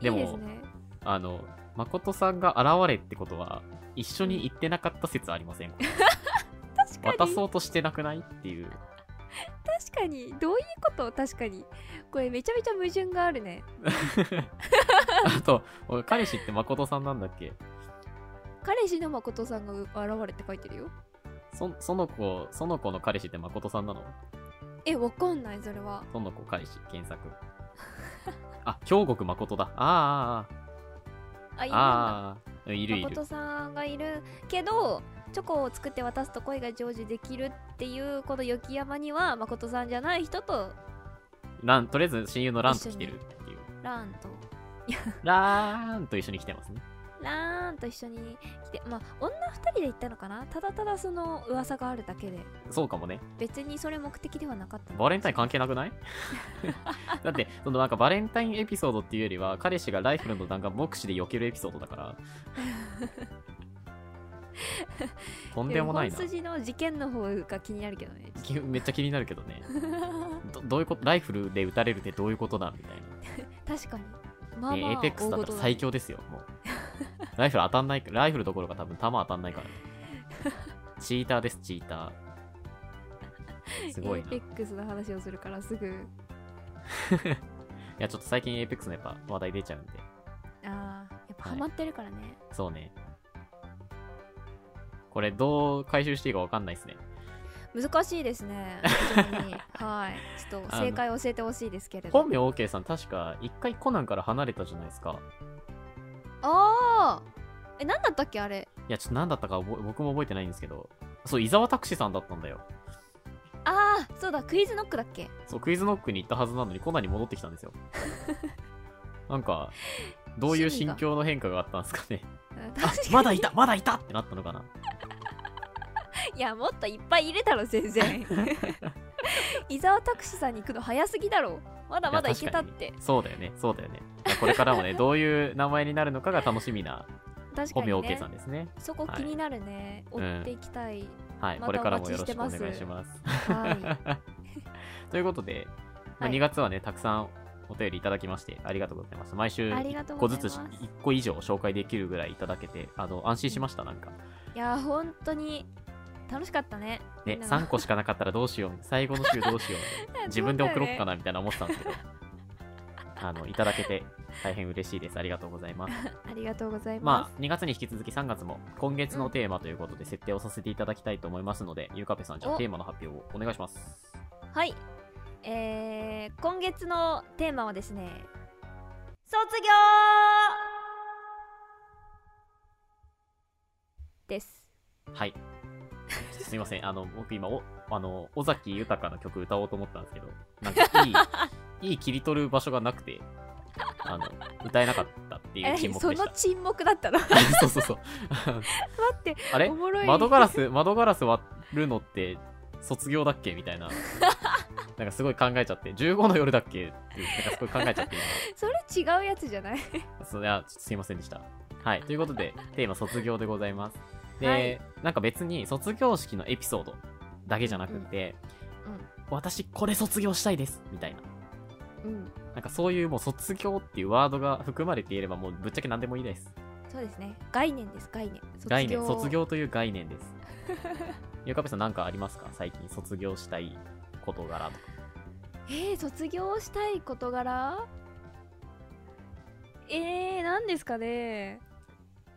[SPEAKER 1] でも
[SPEAKER 2] いいですね
[SPEAKER 1] あの、誠さんが現れってことは、一緒に行ってなかった説ありませんか
[SPEAKER 2] 確か
[SPEAKER 1] 渡
[SPEAKER 2] に
[SPEAKER 1] そうとしてなくないって いう。
[SPEAKER 2] 確かにどういうこと確かにこれめちゃめちゃ矛盾があるね
[SPEAKER 1] あと、おい彼氏って誠さんなんだっけ
[SPEAKER 2] 彼氏の誠さんが現れって書いてるよ
[SPEAKER 1] そ、その子、その子の彼氏って誠さんなの
[SPEAKER 2] えわかんないそれは
[SPEAKER 1] その子彼氏、検 索。あ、京極誠だ。あー
[SPEAKER 2] あい
[SPEAKER 1] あーあー、
[SPEAKER 2] るんだ
[SPEAKER 1] ああー、いるいる
[SPEAKER 2] 誠。さんがいるけどチョコを作って渡すと恋が成就できるっていうこの雪山には誠さんじゃない人と
[SPEAKER 1] ラン、とりあえず親友のランと来てるっていう。
[SPEAKER 2] ランと
[SPEAKER 1] ラーンと一緒に来てますね。
[SPEAKER 2] ラーンと一緒に来てまあ女2人で行ったのかなただただその噂があるだけで
[SPEAKER 1] そうかもね
[SPEAKER 2] 別にそれ目的ではなかったの
[SPEAKER 1] バレンタイン関係なくない だってそのなんかバレンタインエピソードっていうよりは彼氏がライフルの弾が目視で避けるエピソードだから とんでもないな
[SPEAKER 2] 本筋の事件の方が気になるけどね
[SPEAKER 1] きめっちゃ気になるけどねどどういうことライフルで撃たれるってどういうことなんみたい
[SPEAKER 2] 確かにま
[SPEAKER 1] な、
[SPEAKER 2] あ
[SPEAKER 1] ね
[SPEAKER 2] まあ
[SPEAKER 1] エイペックスだ
[SPEAKER 2] 大
[SPEAKER 1] った
[SPEAKER 2] ごと
[SPEAKER 1] ら
[SPEAKER 2] だ
[SPEAKER 1] 最強ですよもうライフル当たんないライフルどころか多分弾当たんない から、チーターですチーターすごいな
[SPEAKER 2] APEX の話をするからすぐ
[SPEAKER 1] いや、ちょっと最近 APEX のやっぱ話題出ちゃうんで。
[SPEAKER 2] あーやっぱ
[SPEAKER 1] はい
[SPEAKER 2] ハマってるからね、
[SPEAKER 1] そうね。これどう回収していいかわかんないですね。
[SPEAKER 2] 難しいです ね非常にはいちょっと正解を教えてほしいですけれど
[SPEAKER 1] 本名 OK さん、確か一回コナンから離れたじゃないですか。
[SPEAKER 2] ああえ何だったっけあれ
[SPEAKER 1] いや、ちょっと何だったか覚え僕も覚えてないんですけど。そう、伊沢拓司さんだったんだよ。
[SPEAKER 2] ああそうだクイズノックだっけ
[SPEAKER 1] そう、クイズノックに行ったはずなのにコナンに戻ってきたんです よ。なんか、どういう
[SPEAKER 2] 趣味が
[SPEAKER 1] 心境の変化があったんですかね。
[SPEAKER 2] うん
[SPEAKER 1] あ
[SPEAKER 2] 確か、に
[SPEAKER 1] まだいたまだいたってなったのかな。
[SPEAKER 2] いやもっといっぱい入れたろ全 然伊沢拓司さんに行くの早すぎだろまだまだ
[SPEAKER 1] い
[SPEAKER 2] い
[SPEAKER 1] や
[SPEAKER 2] けたって
[SPEAKER 1] 確かにそうだよね、そうだよね。いやこれ からもね、どういう名前になるのかが楽しみな
[SPEAKER 2] 確か
[SPEAKER 1] 本
[SPEAKER 2] に、
[SPEAKER 1] 名
[SPEAKER 2] ね
[SPEAKER 1] OK さんですね。
[SPEAKER 2] そこ気になるね、
[SPEAKER 1] はい
[SPEAKER 2] 追っていきたい、
[SPEAKER 1] はい、
[SPEAKER 2] また
[SPEAKER 1] これからもよろしくお願い
[SPEAKER 2] お待ちし
[SPEAKER 1] してます。
[SPEAKER 2] は
[SPEAKER 1] ということで、ま
[SPEAKER 2] は
[SPEAKER 1] あ、
[SPEAKER 2] い
[SPEAKER 1] 2月はね、たくさんお便りいただきまして、ありがとうございます。毎週
[SPEAKER 2] ありがと
[SPEAKER 1] 1
[SPEAKER 2] う
[SPEAKER 1] 個
[SPEAKER 2] ござ
[SPEAKER 1] ず
[SPEAKER 2] い
[SPEAKER 1] つ、
[SPEAKER 2] ます
[SPEAKER 1] 1個以上紹介できるぐらいいただけて、あの安心しました、なんか。
[SPEAKER 2] い、いや本当に楽しかったね
[SPEAKER 1] ね、
[SPEAKER 2] みんな の
[SPEAKER 1] 3個しかなかったらどうしよう、最後の週どうしよう、自分で送ろうか
[SPEAKER 2] な
[SPEAKER 1] なみたいな思ってたん ですけど、あのいただけて大変嬉しいです。ありがとうございます。
[SPEAKER 2] ありがとうございま、
[SPEAKER 1] ますあ、2月に引き続き3月も今月のテーマということで設定をさせていただきたいと思いますので、ゆうかぺさん、じゃあ
[SPEAKER 2] お
[SPEAKER 1] テーマの発表をお願いします。
[SPEAKER 2] はいえー、今月のテーマはですね卒業です
[SPEAKER 1] はい。すいません、あの、僕今、おあの、尾崎豊の曲歌おうと思ったんですけど、なんか いい、いい切り取る場所がなくて、あの、歌えなかったっていう沈
[SPEAKER 2] え
[SPEAKER 1] 黙
[SPEAKER 2] そ
[SPEAKER 1] でし
[SPEAKER 2] の
[SPEAKER 1] た。
[SPEAKER 2] 沈黙だったの待
[SPEAKER 1] そうそうそう。
[SPEAKER 2] って
[SPEAKER 1] あれ
[SPEAKER 2] おもろい
[SPEAKER 1] 窓ガラス、 窓ガラス割るのって卒業だっけみた いな。なんかすごい考えちゃって、15の夜だっけっていう、なんかすごい考えちゃって今。
[SPEAKER 2] それ違うやつじゃない
[SPEAKER 1] それはちょっとすいませんでした。はい。ということで、テーマ卒業でございます。で、
[SPEAKER 2] はい
[SPEAKER 1] なんか別に卒業式のエピソードだけじゃなくて、
[SPEAKER 2] うんうん
[SPEAKER 1] 私これ卒業したいですみたいな。
[SPEAKER 2] うん
[SPEAKER 1] なんかそういうもう卒業っていうワードが含まれていればもうぶっちゃけ何でもいいです。
[SPEAKER 2] そうですね概念です概念卒業
[SPEAKER 1] 概念、卒業という概念 です。ゆかべさんなんかありますか最近卒業したい事柄とか。
[SPEAKER 2] えー、卒業したい事柄えー、何ですかね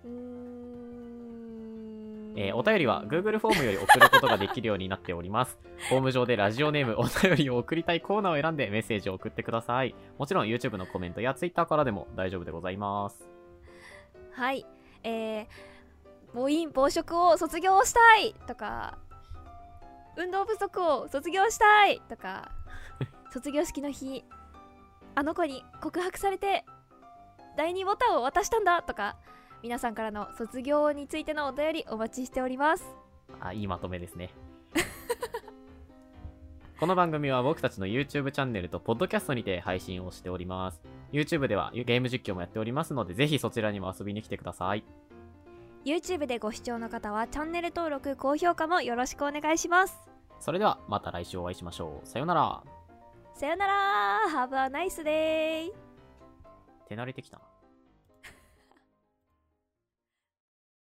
[SPEAKER 2] うーん
[SPEAKER 1] えーお便りは Google フォームより送ることができるようになっております。フォーム上でラジオネーム、お便りを送りたいコーナーを選んでメッセージを送ってください。もちろん YouTube のコメントや Twitter からでも大丈夫でございます。
[SPEAKER 2] はいえー、暴飲暴食を卒業したいとか運動不足を卒業したい とか卒業式の日あの子に告白されて第二ボタンを渡したんだとか皆さんからの卒業についてのお便りお待ちしております
[SPEAKER 1] あ、いいまとめですね。この番組は僕たちの YouTube チャンネルと Podcast にて配信をしております。YouTube ではゲーム実況もやっておりますので、ぜひそちらにも遊びに来てください。
[SPEAKER 2] YouTube でご視聴の方はチャンネル登録高評価もよろしくお願いします
[SPEAKER 1] それではまた来週お会いしましょう。さようなら。
[SPEAKER 2] さよなら Have a nice day!
[SPEAKER 1] 手慣れてきたな。